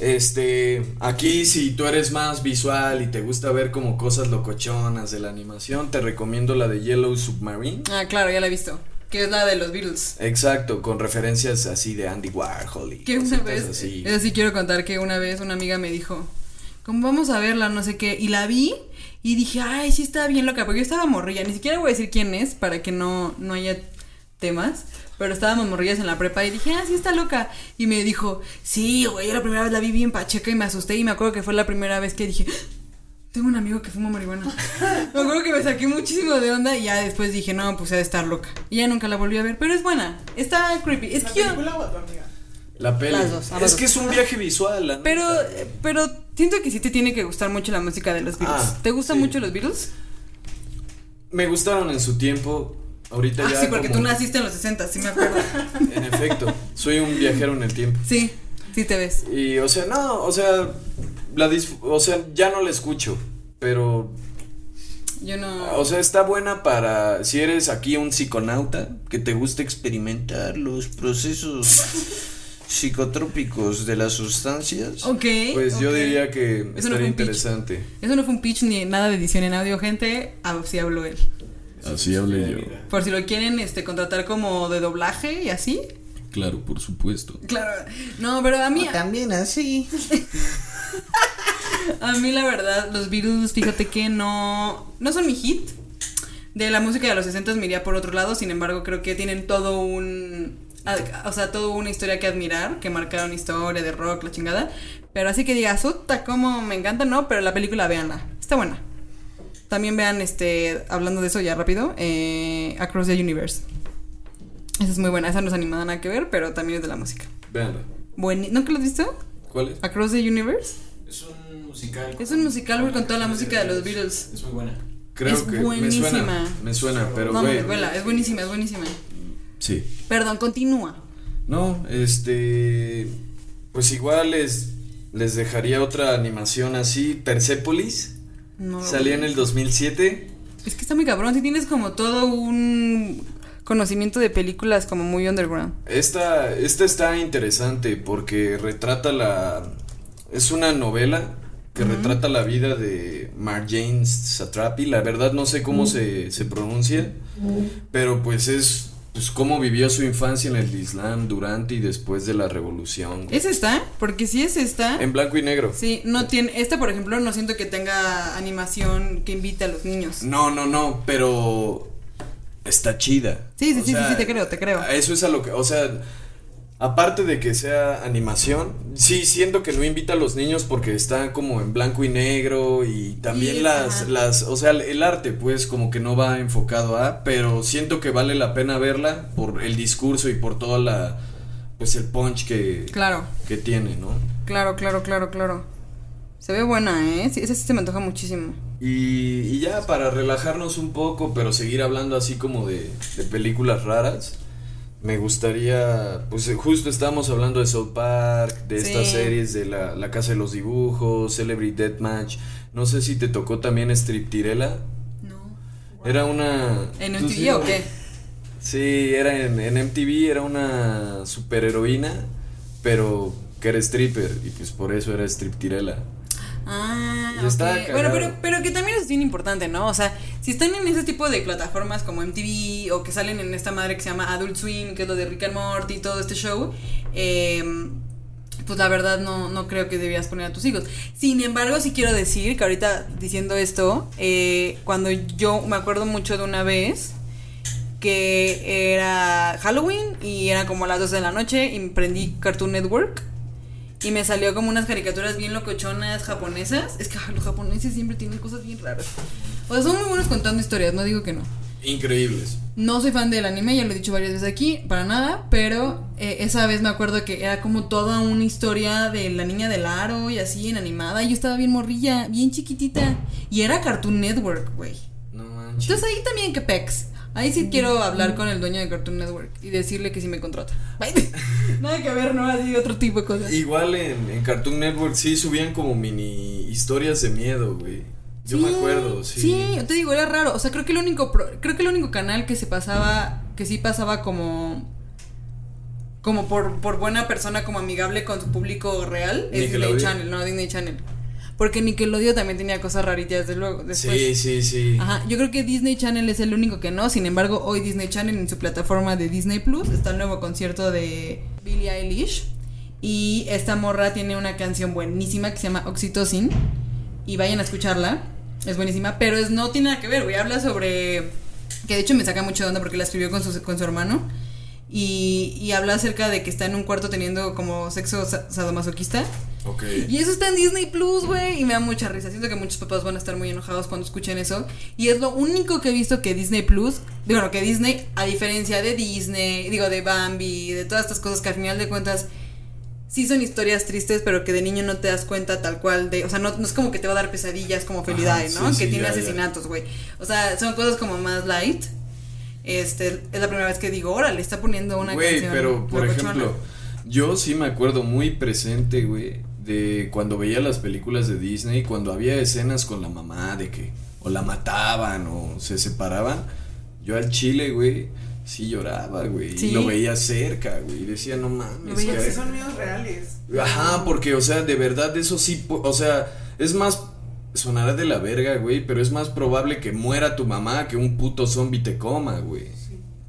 C: Este, aquí si tú eres más visual y te gusta ver como cosas locochonas de la animación, te recomiendo la de Yellow Submarine.
A: Ah, claro, ya la he visto. Que es la de los Beatles.
C: Exacto, con referencias así de Andy Warhol y
A: Que una
C: cositas
A: vez,
C: así.
A: eso sí quiero contar que una vez una amiga me dijo, como vamos a verla, no sé qué, y la vi y dije, ay, sí está bien loca, porque yo estaba morrilla, ni siquiera voy a decir quién es para que no, no haya temas, pero estábamos morrillas en la prepa y dije, ah, sí está loca, y me dijo, sí, güey, yo la primera vez la vi bien pacheca y me asusté y me acuerdo que fue la primera vez que dije... Tengo un amigo que fuma marihuana. Me acuerdo que me saqué muchísimo de onda y ya después dije, no, pues ha de estar loca. Y ya nunca la volví a ver, pero es buena. Está creepy. Es
B: ¿La
A: que yo...
B: película o a tu amiga?
C: La peli.
A: Las dos, ambas
C: es que es un viaje visual, la
A: Pero,
C: neta.
A: pero siento que sí te tiene que gustar mucho la música de los Beatles.
C: Ah,
A: ¿Te gustan
C: sí.
A: mucho los Beatles?
C: Me gustaron en su tiempo. Ahorita
A: Ah,
C: ya.
A: sí, porque
C: como-
A: tú naciste en los 60, sí me acuerdo.
C: En efecto, soy un viajero en el tiempo.
A: sí, sí te ves.
C: Y, o sea, no, o sea, la disf- o sea, ya no la escucho, pero,
A: Yo no.
C: o sea, está buena para si eres aquí un psiconauta que te gusta experimentar los procesos
E: psicotrópicos de las sustancias.
A: Ok.
C: Pues yo
A: ok.
C: diría que
A: Eso no fue
C: estaría
A: un pitch.
C: interesante.
A: Eso no fue un pitch ni nada de edición en audio, gente. Así habló él.
C: Así hablé yo.
A: Por si lo quieren este, contratar como de doblaje y así.
C: Claro, por supuesto.
A: Claro. No, pero a mí,
E: También así.
A: a mí la verdad, los virus, fíjate que no, no son mi hit. De la música de los 60 me iría por otro lado, sin embargo creo que tienen todo un... ad- O sea, toda una historia que admirar, que marcaron historia de rock, la chingada. Pero así que digas, ¡uta! ¿Cómo me encanta? No, pero la película véanla. Está buena. También vean, este, hablando de eso ya rápido, eh, Across the Universe. Esa es muy buena, esa no es animada nada que ver, pero también es de la música.
C: Veanla.
A: Bueno, ¿no que lo has visto?
C: ¿Cuál es?
A: Across the Universe.
D: Es un musical.
A: Es un musical, güey, con toda la música de los Beatles.
D: Es muy buena.
C: Creo
A: Es
C: que
A: buenísima.
C: me suena. Me suena, pero
A: no,
C: güey.
A: me duela, es buenísima, es buenísima.
C: Sí.
A: Perdón, continúa.
C: No, este. Pues igual les, les dejaría otra animación así. Persepolis.
A: No,
C: Salía en el 2007.
A: Es que está muy cabrón, si tienes como todo un conocimiento de películas como muy underground.
C: Esta, esta está interesante porque retrata la. Es una novela que retrata la vida de Marjane Satrapi. La verdad no sé cómo se, se pronuncia, pero pues es pues, cómo vivió su infancia en el Islam durante y después de la revolución. güey.
A: ¿Es esta? Porque si es esta...
C: En blanco y negro.
A: Sí, no tiene... Esta, por ejemplo, no siento que tenga animación que invite a los niños.
C: No, no, no, pero está chida.
A: Sí, sí,
C: O
A: sí, sí, sí, te creo, te creo.
C: a Eso es a lo que, o sea, aparte de que sea animación, sí, siento que no invita a los niños porque está como en blanco y negro y también
A: Sí,
C: las,
A: ajá.
C: las, o sea, el- el arte pues como que no va enfocado a, pero siento que vale la pena verla por el discurso y por toda la, pues el punch que,
A: Claro,
C: que tiene, ¿no?
A: claro, claro, claro, claro. Se ve buena, ¿eh? Sí, esa sí se me antoja muchísimo.
C: Y, y ya para relajarnos un poco, pero seguir hablando así como de, de películas raras, me gustaría, pues eh, justo estábamos hablando de South Park, de
A: Sí.
C: estas series de la, la Casa de los Dibujos, Celebrity Deathmatch, no sé si te tocó también Striptirela,
A: No.
C: era una...
A: ¿En
C: ¿tú
A: MTV
C: sí?
A: o qué?
C: Sí, era en, en MTV, era una superheroína, pero que era stripper, y pues por eso era Striptirela.
A: Ah,
C: Y está
A: ok. Bueno,
C: cagado.
A: pero, pero que también es bien importante, ¿no? O sea, si están en ese tipo de plataformas como MTV o que salen en esta madre que se llama Adult Swim, que es lo de Rick and Morty y todo este show, eh, pues la verdad no, no creo que debías poner a tus hijos. Sin embargo, sí quiero decir que ahorita diciendo esto, eh, cuando yo me acuerdo mucho de una vez que era Halloween y era como a las 12 de la noche y prendí Cartoon Network y me salió como unas caricaturas bien locochonas japonesas. Es que ah, los japoneses siempre tienen cosas bien raras. O sea, son muy buenos contando historias, no digo que no.
C: Increíbles.
A: No soy fan del anime, ya lo he dicho varias veces aquí, para nada, pero eh, esa vez me acuerdo que era como toda una historia de la niña del aro y así en animada. y Yo estaba bien morrilla, bien chiquitita. Y era Cartoon Network, güey.
C: No manches.
A: Entonces ahí también que pex. Ahí sí quiero hablar con el dueño de Cartoon Network y decirle que sí me contrata. Nada que ver, ¿no? Así otro tipo de cosas.
C: Igual en, en Cartoon Network sí subían como mini historias de miedo, güey. Yo me
A: Sí,
C: acuerdo, sí.
A: Sí, yo te digo, era raro. O sea, creo que el único pro- creo que el único canal que se pasaba, que sí pasaba como como por, por buena persona, como amigable con su público real, es Disney
C: Nickelodeon.
A: Channel, no Disney Channel. Porque Nickelodeon también tenía cosas raritas de luego, después.
C: Sí, sí, sí.
A: Ajá, yo creo que Disney Channel es el único que no. Sin embargo, hoy Disney Channel en su plataforma de Disney Plus está el nuevo concierto de Billie Eilish. Y esta morra tiene una canción buenísima que se llama Oxytocin. Y vayan a escucharla. Es buenísima, pero es, no tiene nada que ver, güey. Habla sobre. Que de hecho me saca mucho de onda porque la escribió con su, con su hermano. Y, y habla acerca de que está en un cuarto teniendo como sexo sa- sadomasoquista.
C: Ok.
A: Y eso está en Disney Plus, güey. Y me da mucha risa. Siento que muchos papás van a estar muy enojados cuando escuchen eso. Y es lo único que he visto que Disney Plus, digo, no, que Disney, a diferencia de Disney, digo, de Bambi, de todas estas cosas que al final de cuentas sí son historias tristes, pero que de niño no te das cuenta tal cual de. O sea, no, no es como que te va a dar pesadillas como Felidae,
C: Ajá,
A: ¿no?
C: sí,
A: que
C: sí,
A: tiene
C: ya, ya.
A: asesinatos, güey. O sea, son cosas como más light. Este, es la primera vez que digo, órale, está poniendo una
C: Güey,
A: canción
C: pero por
A: locochona".
C: ejemplo, yo sí me acuerdo muy presente, güey, de cuando veía las películas de Disney, cuando había escenas con la mamá de que o la mataban o se separaban. Yo al chile, güey, sí lloraba, güey.
A: Sí.
C: Y lo veía cerca, güey. Y decía, no mames.
A: Lo veía
C: cara".
B: Porque son miedos reales.
C: Ajá, porque, o sea, de verdad eso sí, po- o sea, es más, sonará de la verga, güey, pero es más probable que muera tu mamá que un puto zombie te coma, güey.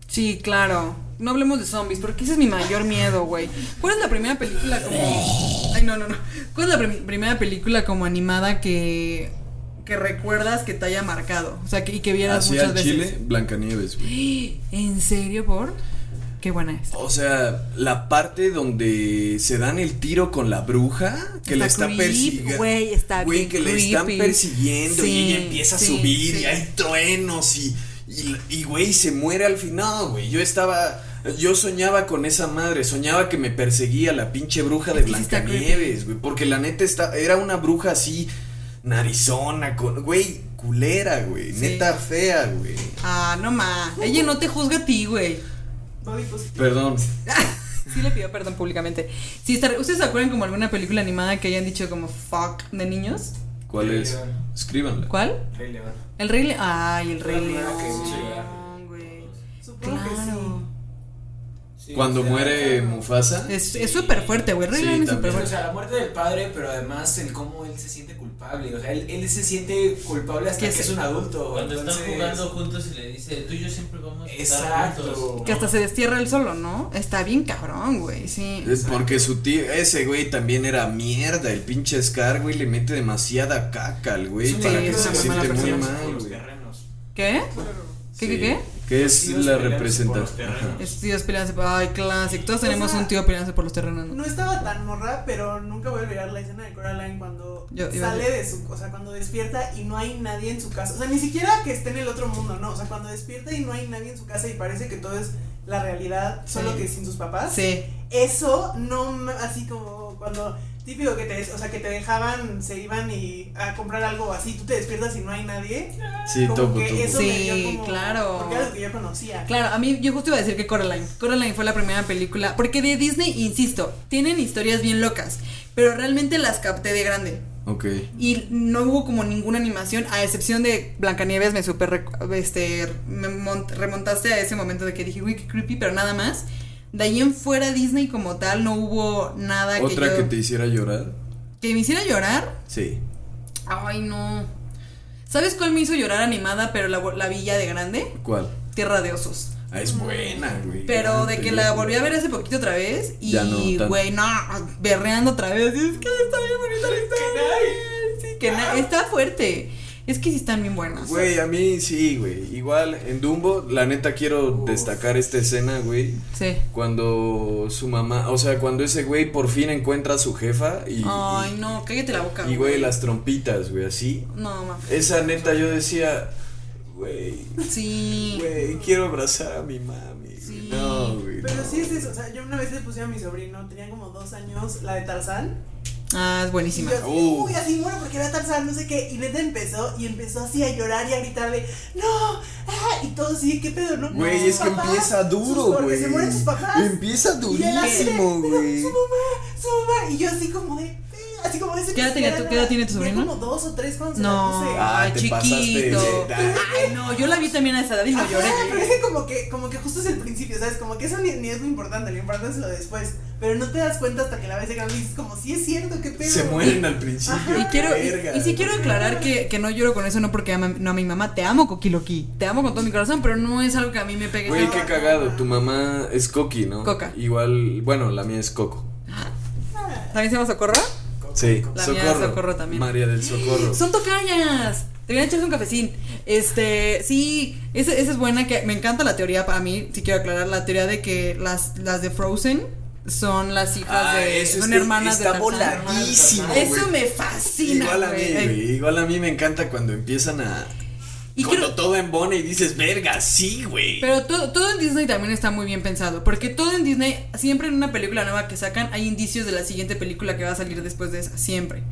A: Sí, claro. No hablemos de zombies, porque ese es mi mayor miedo, güey. ¿Cuál es la primera película como... Ay, no, no, no. ¿Cuál es la prim- primera película como animada que... que recuerdas que te haya marcado? O sea, que, y que vieras
C: Así
A: muchas
C: al
A: veces.
C: Chile, Blancanieves, güey.
A: ¿En serio, por? Qué buena es.
C: O sea, la parte donde se dan el tiro con la bruja que la está
A: creep,
C: persiguiendo.
A: Güey, está
C: Güey,
A: bien
C: que le están
A: creepy.
C: persiguiendo
A: Sí,
C: y ella empieza
A: sí,
C: a subir
A: sí.
C: y hay truenos y, y, y, güey, se muere al final, güey. Yo estaba, yo soñaba con esa madre, soñaba que me perseguía la pinche bruja de
A: Es que sí está
C: Blancanieves, güey, porque la neta está, era una bruja así, narizona, con, güey, culera, güey,
A: Sí.
C: neta fea, güey.
A: Ah, no ma. Ella no te juzga a ti, güey.
B: Body positive.
C: Perdón.
A: Sí le pido perdón públicamente. Sí, está- ¿Ustedes se acuerdan como alguna película animada que hayan dicho como fuck de niños?
C: ¿Cuál
D: Rey
C: es?
D: León.
C: Escríbanla.
A: ¿cuál?
D: Rey León.
A: El Rey León. Ay, el Rey
B: Claro
A: León.
D: que sí.
A: güey.
B: Supongo
A: Claro.
D: Sí,
C: Cuando
D: o sea,
C: muere Mufasa.
A: Es
D: Sí.
A: es súper fuerte, güey. Rey
C: Sí,
A: León es súper
C: también.
D: O
A: fuerte.
D: sea, la muerte del padre, pero además el cómo él se siente culpable. O sea, él, él se siente culpable hasta
A: Que
D: que,
A: se-
D: es un adulto.
F: Cuando
D: entonces-
F: están jugando juntos y le dice, tú y yo siempre vamos a estar juntos.
D: Exacto.
A: Que hasta se destierra el solo, ¿no? Está bien cabrón, güey. Sí.
C: Es porque su tío, ese güey también era mierda, el pinche Scar, güey, le mete demasiada caca al güey
D: Es un
C: para
A: sí,
C: que
D: ejemplo
A: es
C: se
D: de
A: una
C: siente
A: mala
C: muy
A: persona.
C: mal,
D: Los
C: güey.
D: terrenos.
A: ¿Qué?
B: Claro.
A: ¿qué,
C: Sí.
A: qué?
C: Que
D: Los
C: es
D: tíos
C: la
D: peleándose por los
C: representación.
D: terrenos.
A: Estos tíos peleándose. Ay, clásico. Todos
B: O
A: tenemos
B: sea,
A: un tío peleándose por los terrenos. ¿no?
B: No estaba tan morra, pero nunca voy a olvidar la escena de Coraline cuando
A: Yo iba a
B: sale de su, o sea, cuando despierta y no hay nadie en su casa. O sea, ni siquiera que esté en el otro mundo, no. O sea, cuando despierta y no hay nadie en su casa y parece que todo es la realidad, solo
A: Sí.
B: que sin sus papás.
A: Sí.
B: Eso no ma- así como cuando típico que te, des- o sea, que te dejaban, se iban y a comprar algo así, tú te despiertas y no hay nadie.
C: Sí,
B: como
C: topo,
B: que eso
C: topo.
B: me dio
A: Sí,
B: como-
A: claro.
B: Porque era lo que yo conocía.
A: Claro, a mí yo justo iba a decir que Coraline. Coraline fue la primera película. Porque de Disney, insisto, tienen historias bien locas. Pero realmente las capté de grande.
C: Ok.
A: Y no hubo como ninguna animación, a excepción de Blancanieves, me super rec- este, me mont- remontaste a ese momento de que dije, uy, qué creepy, pero nada más. De ahí en fuera Disney como tal no hubo nada que,
C: ¿Otra
A: yo-
C: que te hiciera llorar?
A: que me hiciera llorar.
C: Sí.
A: Ay, no. ¿Sabes cuál me hizo llorar animada, pero la, vo- la vi ya de grande?
C: ¿Cuál?
A: Tierra de Osos.
C: Ah, es buena, güey.
A: Pero de
C: Te
A: que
C: digo.
A: la volví a ver hace poquito otra vez
C: Ya no
A: y,
C: tanto.
A: güey, no, berreando otra vez. Es que está bien bonita la historia. Sí, que na- está fuerte. Es que sí están bien buenas.
C: Güey, a mí sí, güey. Igual en Dumbo, la neta quiero
D: Uf.
C: destacar esta escena, güey.
A: Sí.
C: Cuando su mamá, o sea, cuando ese güey por fin encuentra a su jefa y,
A: Ay, no, cállate la boca.
C: y güey, las trompitas, güey, así.
A: No, mames.
C: Esa neta yo decía, güey,
A: Sí.
C: güey, quiero abrazar a mi mami. güey.
A: Sí.
C: No, güey.
B: Pero
C: no.
B: sí es eso, o sea, yo una vez le puse a mi sobrino, tenía como dos años, la de Tarzán.
A: Ah, es
B: Y yo
A: buenísima.
B: así,
C: Uh.
B: uy, así muero porque era Tarzán, no sé qué. Y neta empezó, y empezó así a llorar y a gritarle, ¡No! ¡Ah! Y todo así, ¿qué pedo, no?
C: Güey,
B: Sus
C: es que
B: papás,
C: empieza
B: sus-
C: duro,
B: porque
C: güey.
B: se mueren sus papás.
C: Empieza
B: Y él así de,
C: durísimo,
B: "Pero
C: güey.
B: Su mamá, su mamá. Y yo así como de, "Eh", así como de ese
A: ¿Qué edad tenía tu- qué edad tiene tu sobrino?
B: Como dos o tres cuando se la
A: No,
B: puse.
C: Ah,
A: ay,
C: te
A: chiquito.
C: pasaste de-
A: Ay, no, yo la vi también a esa edad y no
B: Ajá,
A: lloré.
C: Ah,
B: Pero es que como que, como que justo es el principio, ¿sabes? Como que eso ni, ni es lo importante, lo importante es lo de después. Pero no te das cuenta hasta que la ves de grande y dices como, sí es cierto, qué pedo.
C: Se mueren al principio.
A: Y quiero, y-
C: verga,
A: y, sí quiero aclarar que, que no lloro con eso, no porque ama- no a mi mamá, te amo, Coquiloqui, te amo con todo mi corazón, pero no es algo que a mí me pegue.
C: Güey,
A: No.
C: qué cagado. Tu mamá es Coqui, ¿no?
A: Coca.
C: Igual, bueno, la mía es Coco.
A: ¿También se llama Socorro?
C: Sí,
A: La mía
C: Socorro.
A: es Socorro también.
C: María del Socorro.
A: Son tocayas. Deberían echarse un cafecín. Este, sí, esa, esa es buena que me encanta la teoría para mí, si quiero aclarar la teoría de que las, las de Frozen son las hijas
C: Ah,
A: de
C: eso
A: son
C: está-
A: hermanas de
C: está
A: Tarzán.
C: voladísimo,
D: Hermanas de
A: Eso
C: güey.
A: me fascina.
C: Igual a mí,
A: güey.
C: güey. Igual a mí me encanta cuando empiezan a.
A: Y
C: cuando
A: creo-
C: todo embona y dices, verga, sí, güey.
A: Pero todo, todo en Disney también está muy bien pensado, porque todo en Disney, siempre en una película nueva que sacan, hay indicios de la siguiente película que va a salir después de esa, siempre.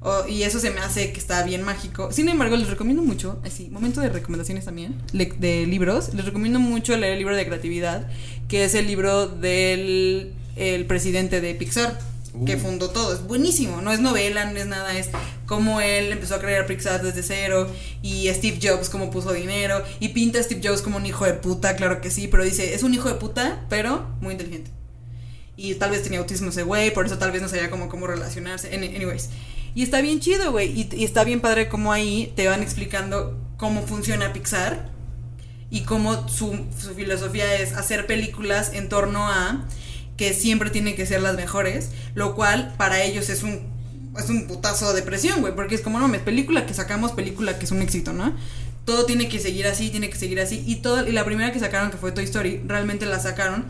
A: O- y eso se me hace que está bien mágico. Sin embargo, les recomiendo mucho, así, momento de recomendaciones también, le- de libros, les recomiendo mucho leer el libro de creatividad, que es el libro del el presidente de Pixar. que
C: Uh.
A: fundó todo. Es buenísimo, no es novela, no es nada, es cómo él empezó a crear Pixar desde cero y Steve Jobs cómo puso dinero y pinta a Steve Jobs como un hijo de puta, claro que sí, pero dice, es un hijo de puta, pero muy inteligente. Y tal vez tenía autismo ese güey, por eso tal vez no sabía cómo, cómo relacionarse. Any- Anyways. Y está bien chido, güey. Y, y está bien padre como ahí te van explicando cómo funciona Pixar y cómo su, su filosofía es hacer películas en torno a que siempre tienen que ser las mejores, lo cual para ellos es un es un putazo de presión, güey, porque es como, no, mames, película que sacamos, película que es un éxito, ¿no? Todo tiene que seguir así, tiene que seguir así y todo y la primera que sacaron que fue Toy Story, realmente la sacaron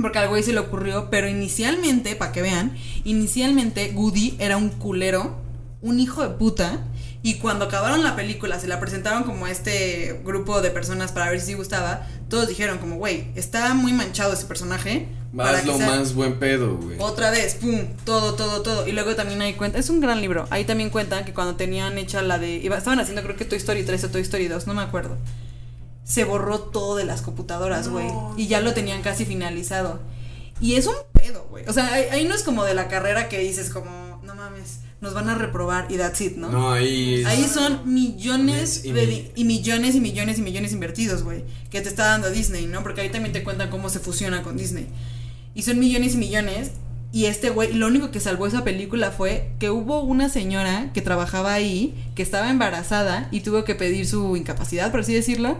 A: porque al güey se le ocurrió, pero inicialmente, para que vean, inicialmente Woody era un culero, un hijo de puta, y cuando acabaron la película, se la presentaron como a este grupo de personas para ver si gustaba, todos dijeron como, güey, está muy manchado ese personaje. para que
C: Hazlo
A: sea-
C: más buen pedo, güey.
A: otra vez, pum, todo, todo, todo. Y luego también ahí cuenta, es un gran libro. Ahí también cuentan que cuando tenían hecha la de. iba- estaban haciendo, creo que Toy Story 3 o Toy Story 2, no me acuerdo. Se borró todo de las computadoras,
B: No.
A: güey. Y ya lo tenían casi finalizado. Y es un pedo, güey. O sea, ahí, ahí no es como de la carrera que dices, como, no mames, nos van a reprobar y that's it, ¿no?
C: No, ahí. es-
A: Ahí son millones
C: Millones y
A: de- y,
C: mi-
A: millones y millones y millones invertidos, güey, que te está dando Disney, ¿no? Porque ahí también te cuentan cómo se fusiona con Disney. Y son millones y millones. Y este güey, lo único que salvó esa película fue que hubo una señora que trabajaba ahí, que estaba embarazada y tuvo que pedir su incapacidad, por así decirlo.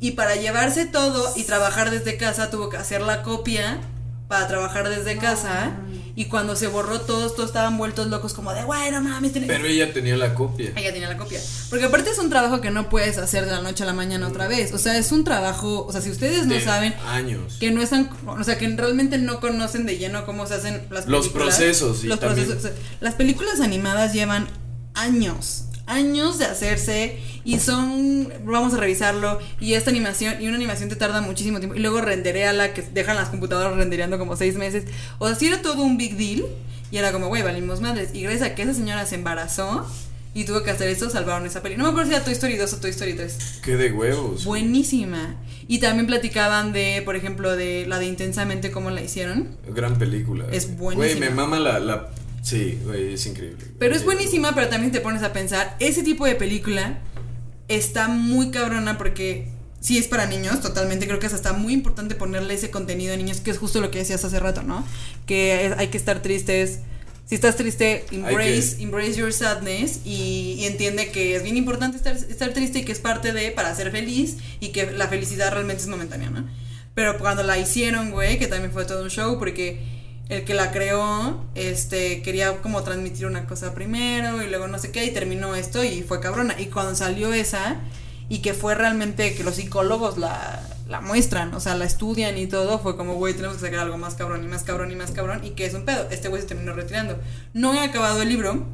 A: Y para llevarse todo y trabajar desde casa, tuvo que hacer la copia para trabajar desde casa. Y cuando se borró todos, todos estaban vueltos locos como de, güey, no mames, tiene-
C: Pero ella tenía la copia.
A: ella tenía la copia. Porque aparte es un trabajo que no puedes hacer de la noche a la mañana otra vez. O sea, es un trabajo, o sea, si ustedes no
C: de
A: saben
C: Años.
A: que no están, o sea, que realmente no conocen de lleno cómo se hacen las películas.
C: Los procesos y
A: los
C: también-
A: procesos. o sea, las películas animadas llevan años, años de hacerse y son, vamos a revisarlo y esta animación y una animación te tarda muchísimo tiempo y luego rendereala que dejan las computadoras rendereando como seis meses. O sea, si era todo un big deal y era como, güey, valimos madres. Y gracias a que esa señora se embarazó. Y tuvo que hacer eso, salvaron esa peli. No me acuerdo si era Toy Story 2 o Toy Story 3.
C: Qué de huevos.
A: Buenísima. Y también platicaban de, por ejemplo, de la de Intensamente, cómo la hicieron.
C: Gran película.
A: Es
C: güey.
A: buenísima.
C: Güey, me mama la. la... Sí, güey, es increíble.
A: Pero es
C: Sí.
A: buenísima, pero también te pones a pensar, ese tipo de película está muy cabrona porque sí es para niños, totalmente. Creo que es hasta muy importante ponerle ese contenido a niños, que es justo lo que decías hace rato, ¿no? Que es- hay que estar tristes. Si estás triste, embrace, embrace your sadness y, y entiende que es bien importante estar, estar triste y que es parte de para ser feliz y que la felicidad realmente es momentánea, ¿no? Pero cuando la hicieron, güey, que también fue todo un show, porque el que la creó, este, quería como transmitir una cosa primero y luego no sé qué, y terminó esto y fue cabrona. Y cuando salió esa, y que fue realmente que los psicólogos la, la muestran, o sea, la estudian y todo, fue como, güey, tenemos que sacar algo más cabrón y más cabrón y más cabrón, y que es un pedo. Este güey se terminó retirando. No he acabado el libro,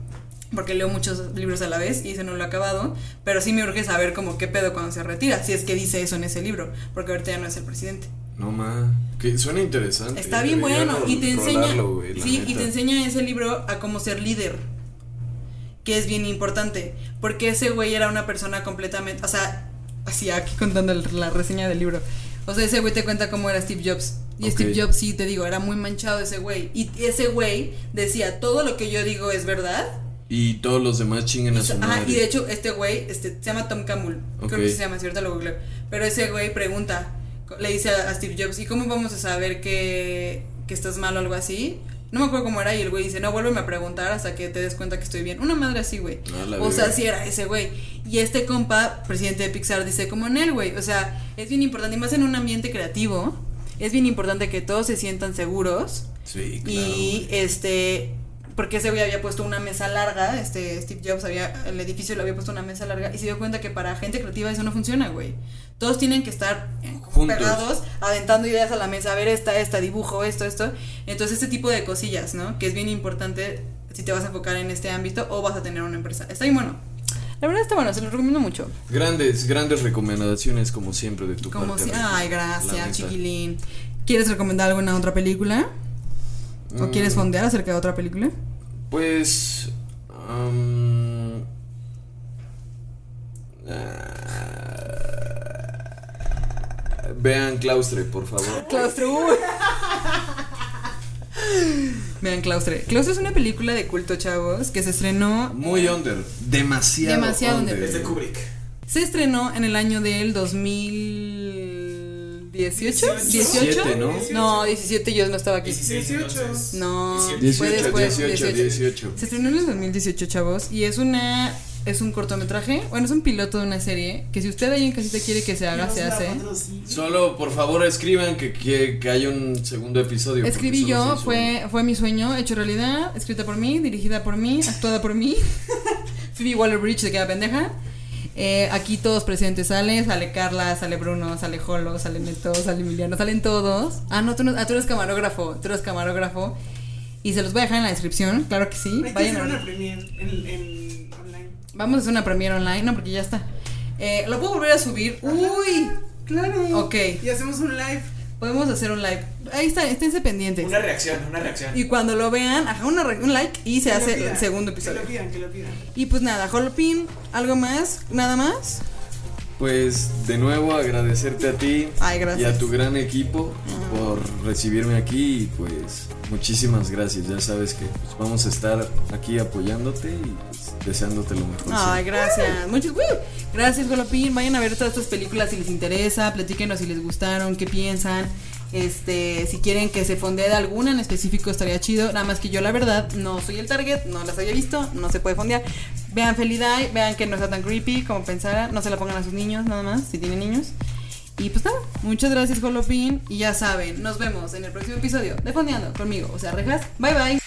A: porque leo muchos libros a la vez y ese no lo he acabado, pero sí me urge saber como qué pedo cuando se retira, si es que dice eso en ese libro, porque ahorita ya no es el presidente.
C: No ma, que suena interesante.
A: Está bien
C: Debería
A: bueno
C: ro-
A: y te enseña
C: rolarlo, güey, la
A: sí, y
C: neta.
A: te enseña ese libro a cómo ser líder. Que es bien importante, porque ese güey era una persona completamente, o sea, así aquí contando el- la reseña del libro. O sea, ese güey te cuenta cómo era Steve Jobs. Y
C: Ok.
A: Steve Jobs sí te digo, era muy manchado ese güey y ese güey decía, "Todo lo que yo digo es verdad."
C: Y todos los demás chinguen a su
A: Ajá,
C: madre.
A: y de hecho, este güey este, se llama Tom Camul.
C: Ok.
A: Creo que sí se llama, cierto, lo googleo. Pero ese güey pregunta, le dice a, a Steve Jobs, ¿y cómo vamos a saber que, que estás mal o algo así? No me acuerdo cómo era. Y el güey dice, no, vuélveme a preguntar hasta que te des cuenta que estoy bien. Una madre así, güey.
C: A Ah, la
A: O sea,
C: verga.
A: sí era ese güey. Y este compa, presidente de Pixar, dice como en él, güey. O sea, es bien importante, y más en un ambiente creativo, es bien importante que todos se sientan seguros.
C: Sí, claro.
A: Y este, porque ese güey había puesto una mesa larga, este Steve Jobs había, el edificio le había puesto una mesa larga y se dio cuenta que para gente creativa eso no funciona, güey. Todos tienen que estar eh,
C: Juntos.
A: pegados, aventando ideas a la mesa, a ver esta, esta, dibujo, esto, esto. Entonces este tipo de cosillas, ¿no? Que es bien importante si te vas a enfocar en este ámbito o vas a tener una empresa. Está bien bueno. La verdad está bueno, se lo recomiendo mucho.
C: Grandes, grandes recomendaciones como siempre de tu
A: Como
C: parte.
A: si,
C: Ricky,
A: ay,
C: la
A: gracias,
C: neta.
A: chiquilín. ¿Quieres recomendar alguna otra película? ¿O
C: Mm.
A: quieres fondear acerca de otra película?
C: Pues. am, ah, vean Claustre, por favor.
A: Claustro, uy. Vean Claustre. Claustre es una película de culto, chavos, que se estrenó
C: Muy under. Demasiado.
A: Demasiado under.
B: Es de Kubrick.
A: Se estrenó en el año del 2018. 18,
C: 17, ¿no?
A: No, 17 yo no estaba aquí.
D: 16
B: 18.
D: entonces.
A: No,
C: 18,
A: fue después
C: 18,
A: 18. Se estrenó en el 2018, chavos, y es una es un cortometraje, bueno, es un piloto de una serie que si usted ahí en casita quiere que se haga,
B: No
A: se
B: la
A: hace.
B: patrocina.
C: Solo, por favor, escriban que, que, que hay un segundo episodio. porque
A: Escribí
C: solo
A: yo,
C: son
A: fue, fue mi sueño, hecho realidad, escrita por mí, dirigida por mí, actuada por mí. Phoebe Waller Bridge se queda pendeja. Eh, aquí todos presentes sale, sale Carla, sale Bruno, sale Jolo, sale Neto, sale Emiliano, salen todos. Ah, no, tú, no- ah, tú eres camarógrafo, tú eres camarógrafo. Y se los voy a dejar en la descripción, claro que sí.
B: Hay que
A: Vayan
B: hacer
A: a-
B: una premiere en, en online.
A: Vamos a hacer una premiere online, no, porque ya está. Eh, ¿Lo puedo volver a subir? ¡Uy!
B: Claro.
A: Ok.
B: Y hacemos un live.
A: Podemos hacer un live. Ahí está, esténse pendientes.
D: Una reacción, una reacción.
A: Y cuando lo vean, ajá, una re- un like y se
B: Que lo
A: hace
B: pidan,
A: el segundo
B: Que
A: episodio.
B: lo pidan, que lo pidan.
A: Y pues nada, Holopin, ¿algo más? ¿Nada más?
C: Pues de nuevo agradecerte a ti
A: Ay,
C: y
A: gracias.
C: a tu gran equipo por recibirme aquí y pues muchísimas gracias. Ya sabes que pues, vamos a estar aquí apoyándote y pues, deseándote lo mejor.
A: Ay,
C: siempre.
A: gracias. Muchas ¡Woo! gracias, Holopin. Vayan a ver todas estas películas si les interesa. Platíquenos si les gustaron, qué piensan. Este, si quieren que se fondee de alguna en específico, estaría chido. Nada más que yo, la verdad, no soy el target, no las había visto, no se puede fondear. Vean Felidae, vean que no está tan creepy como pensara. No se la pongan a sus niños, nada más, si tienen niños. Y pues nada, muchas gracias, Holopin. Y ya saben, nos vemos en el próximo episodio de Fondeando conmigo. O sea, rejas, bye bye.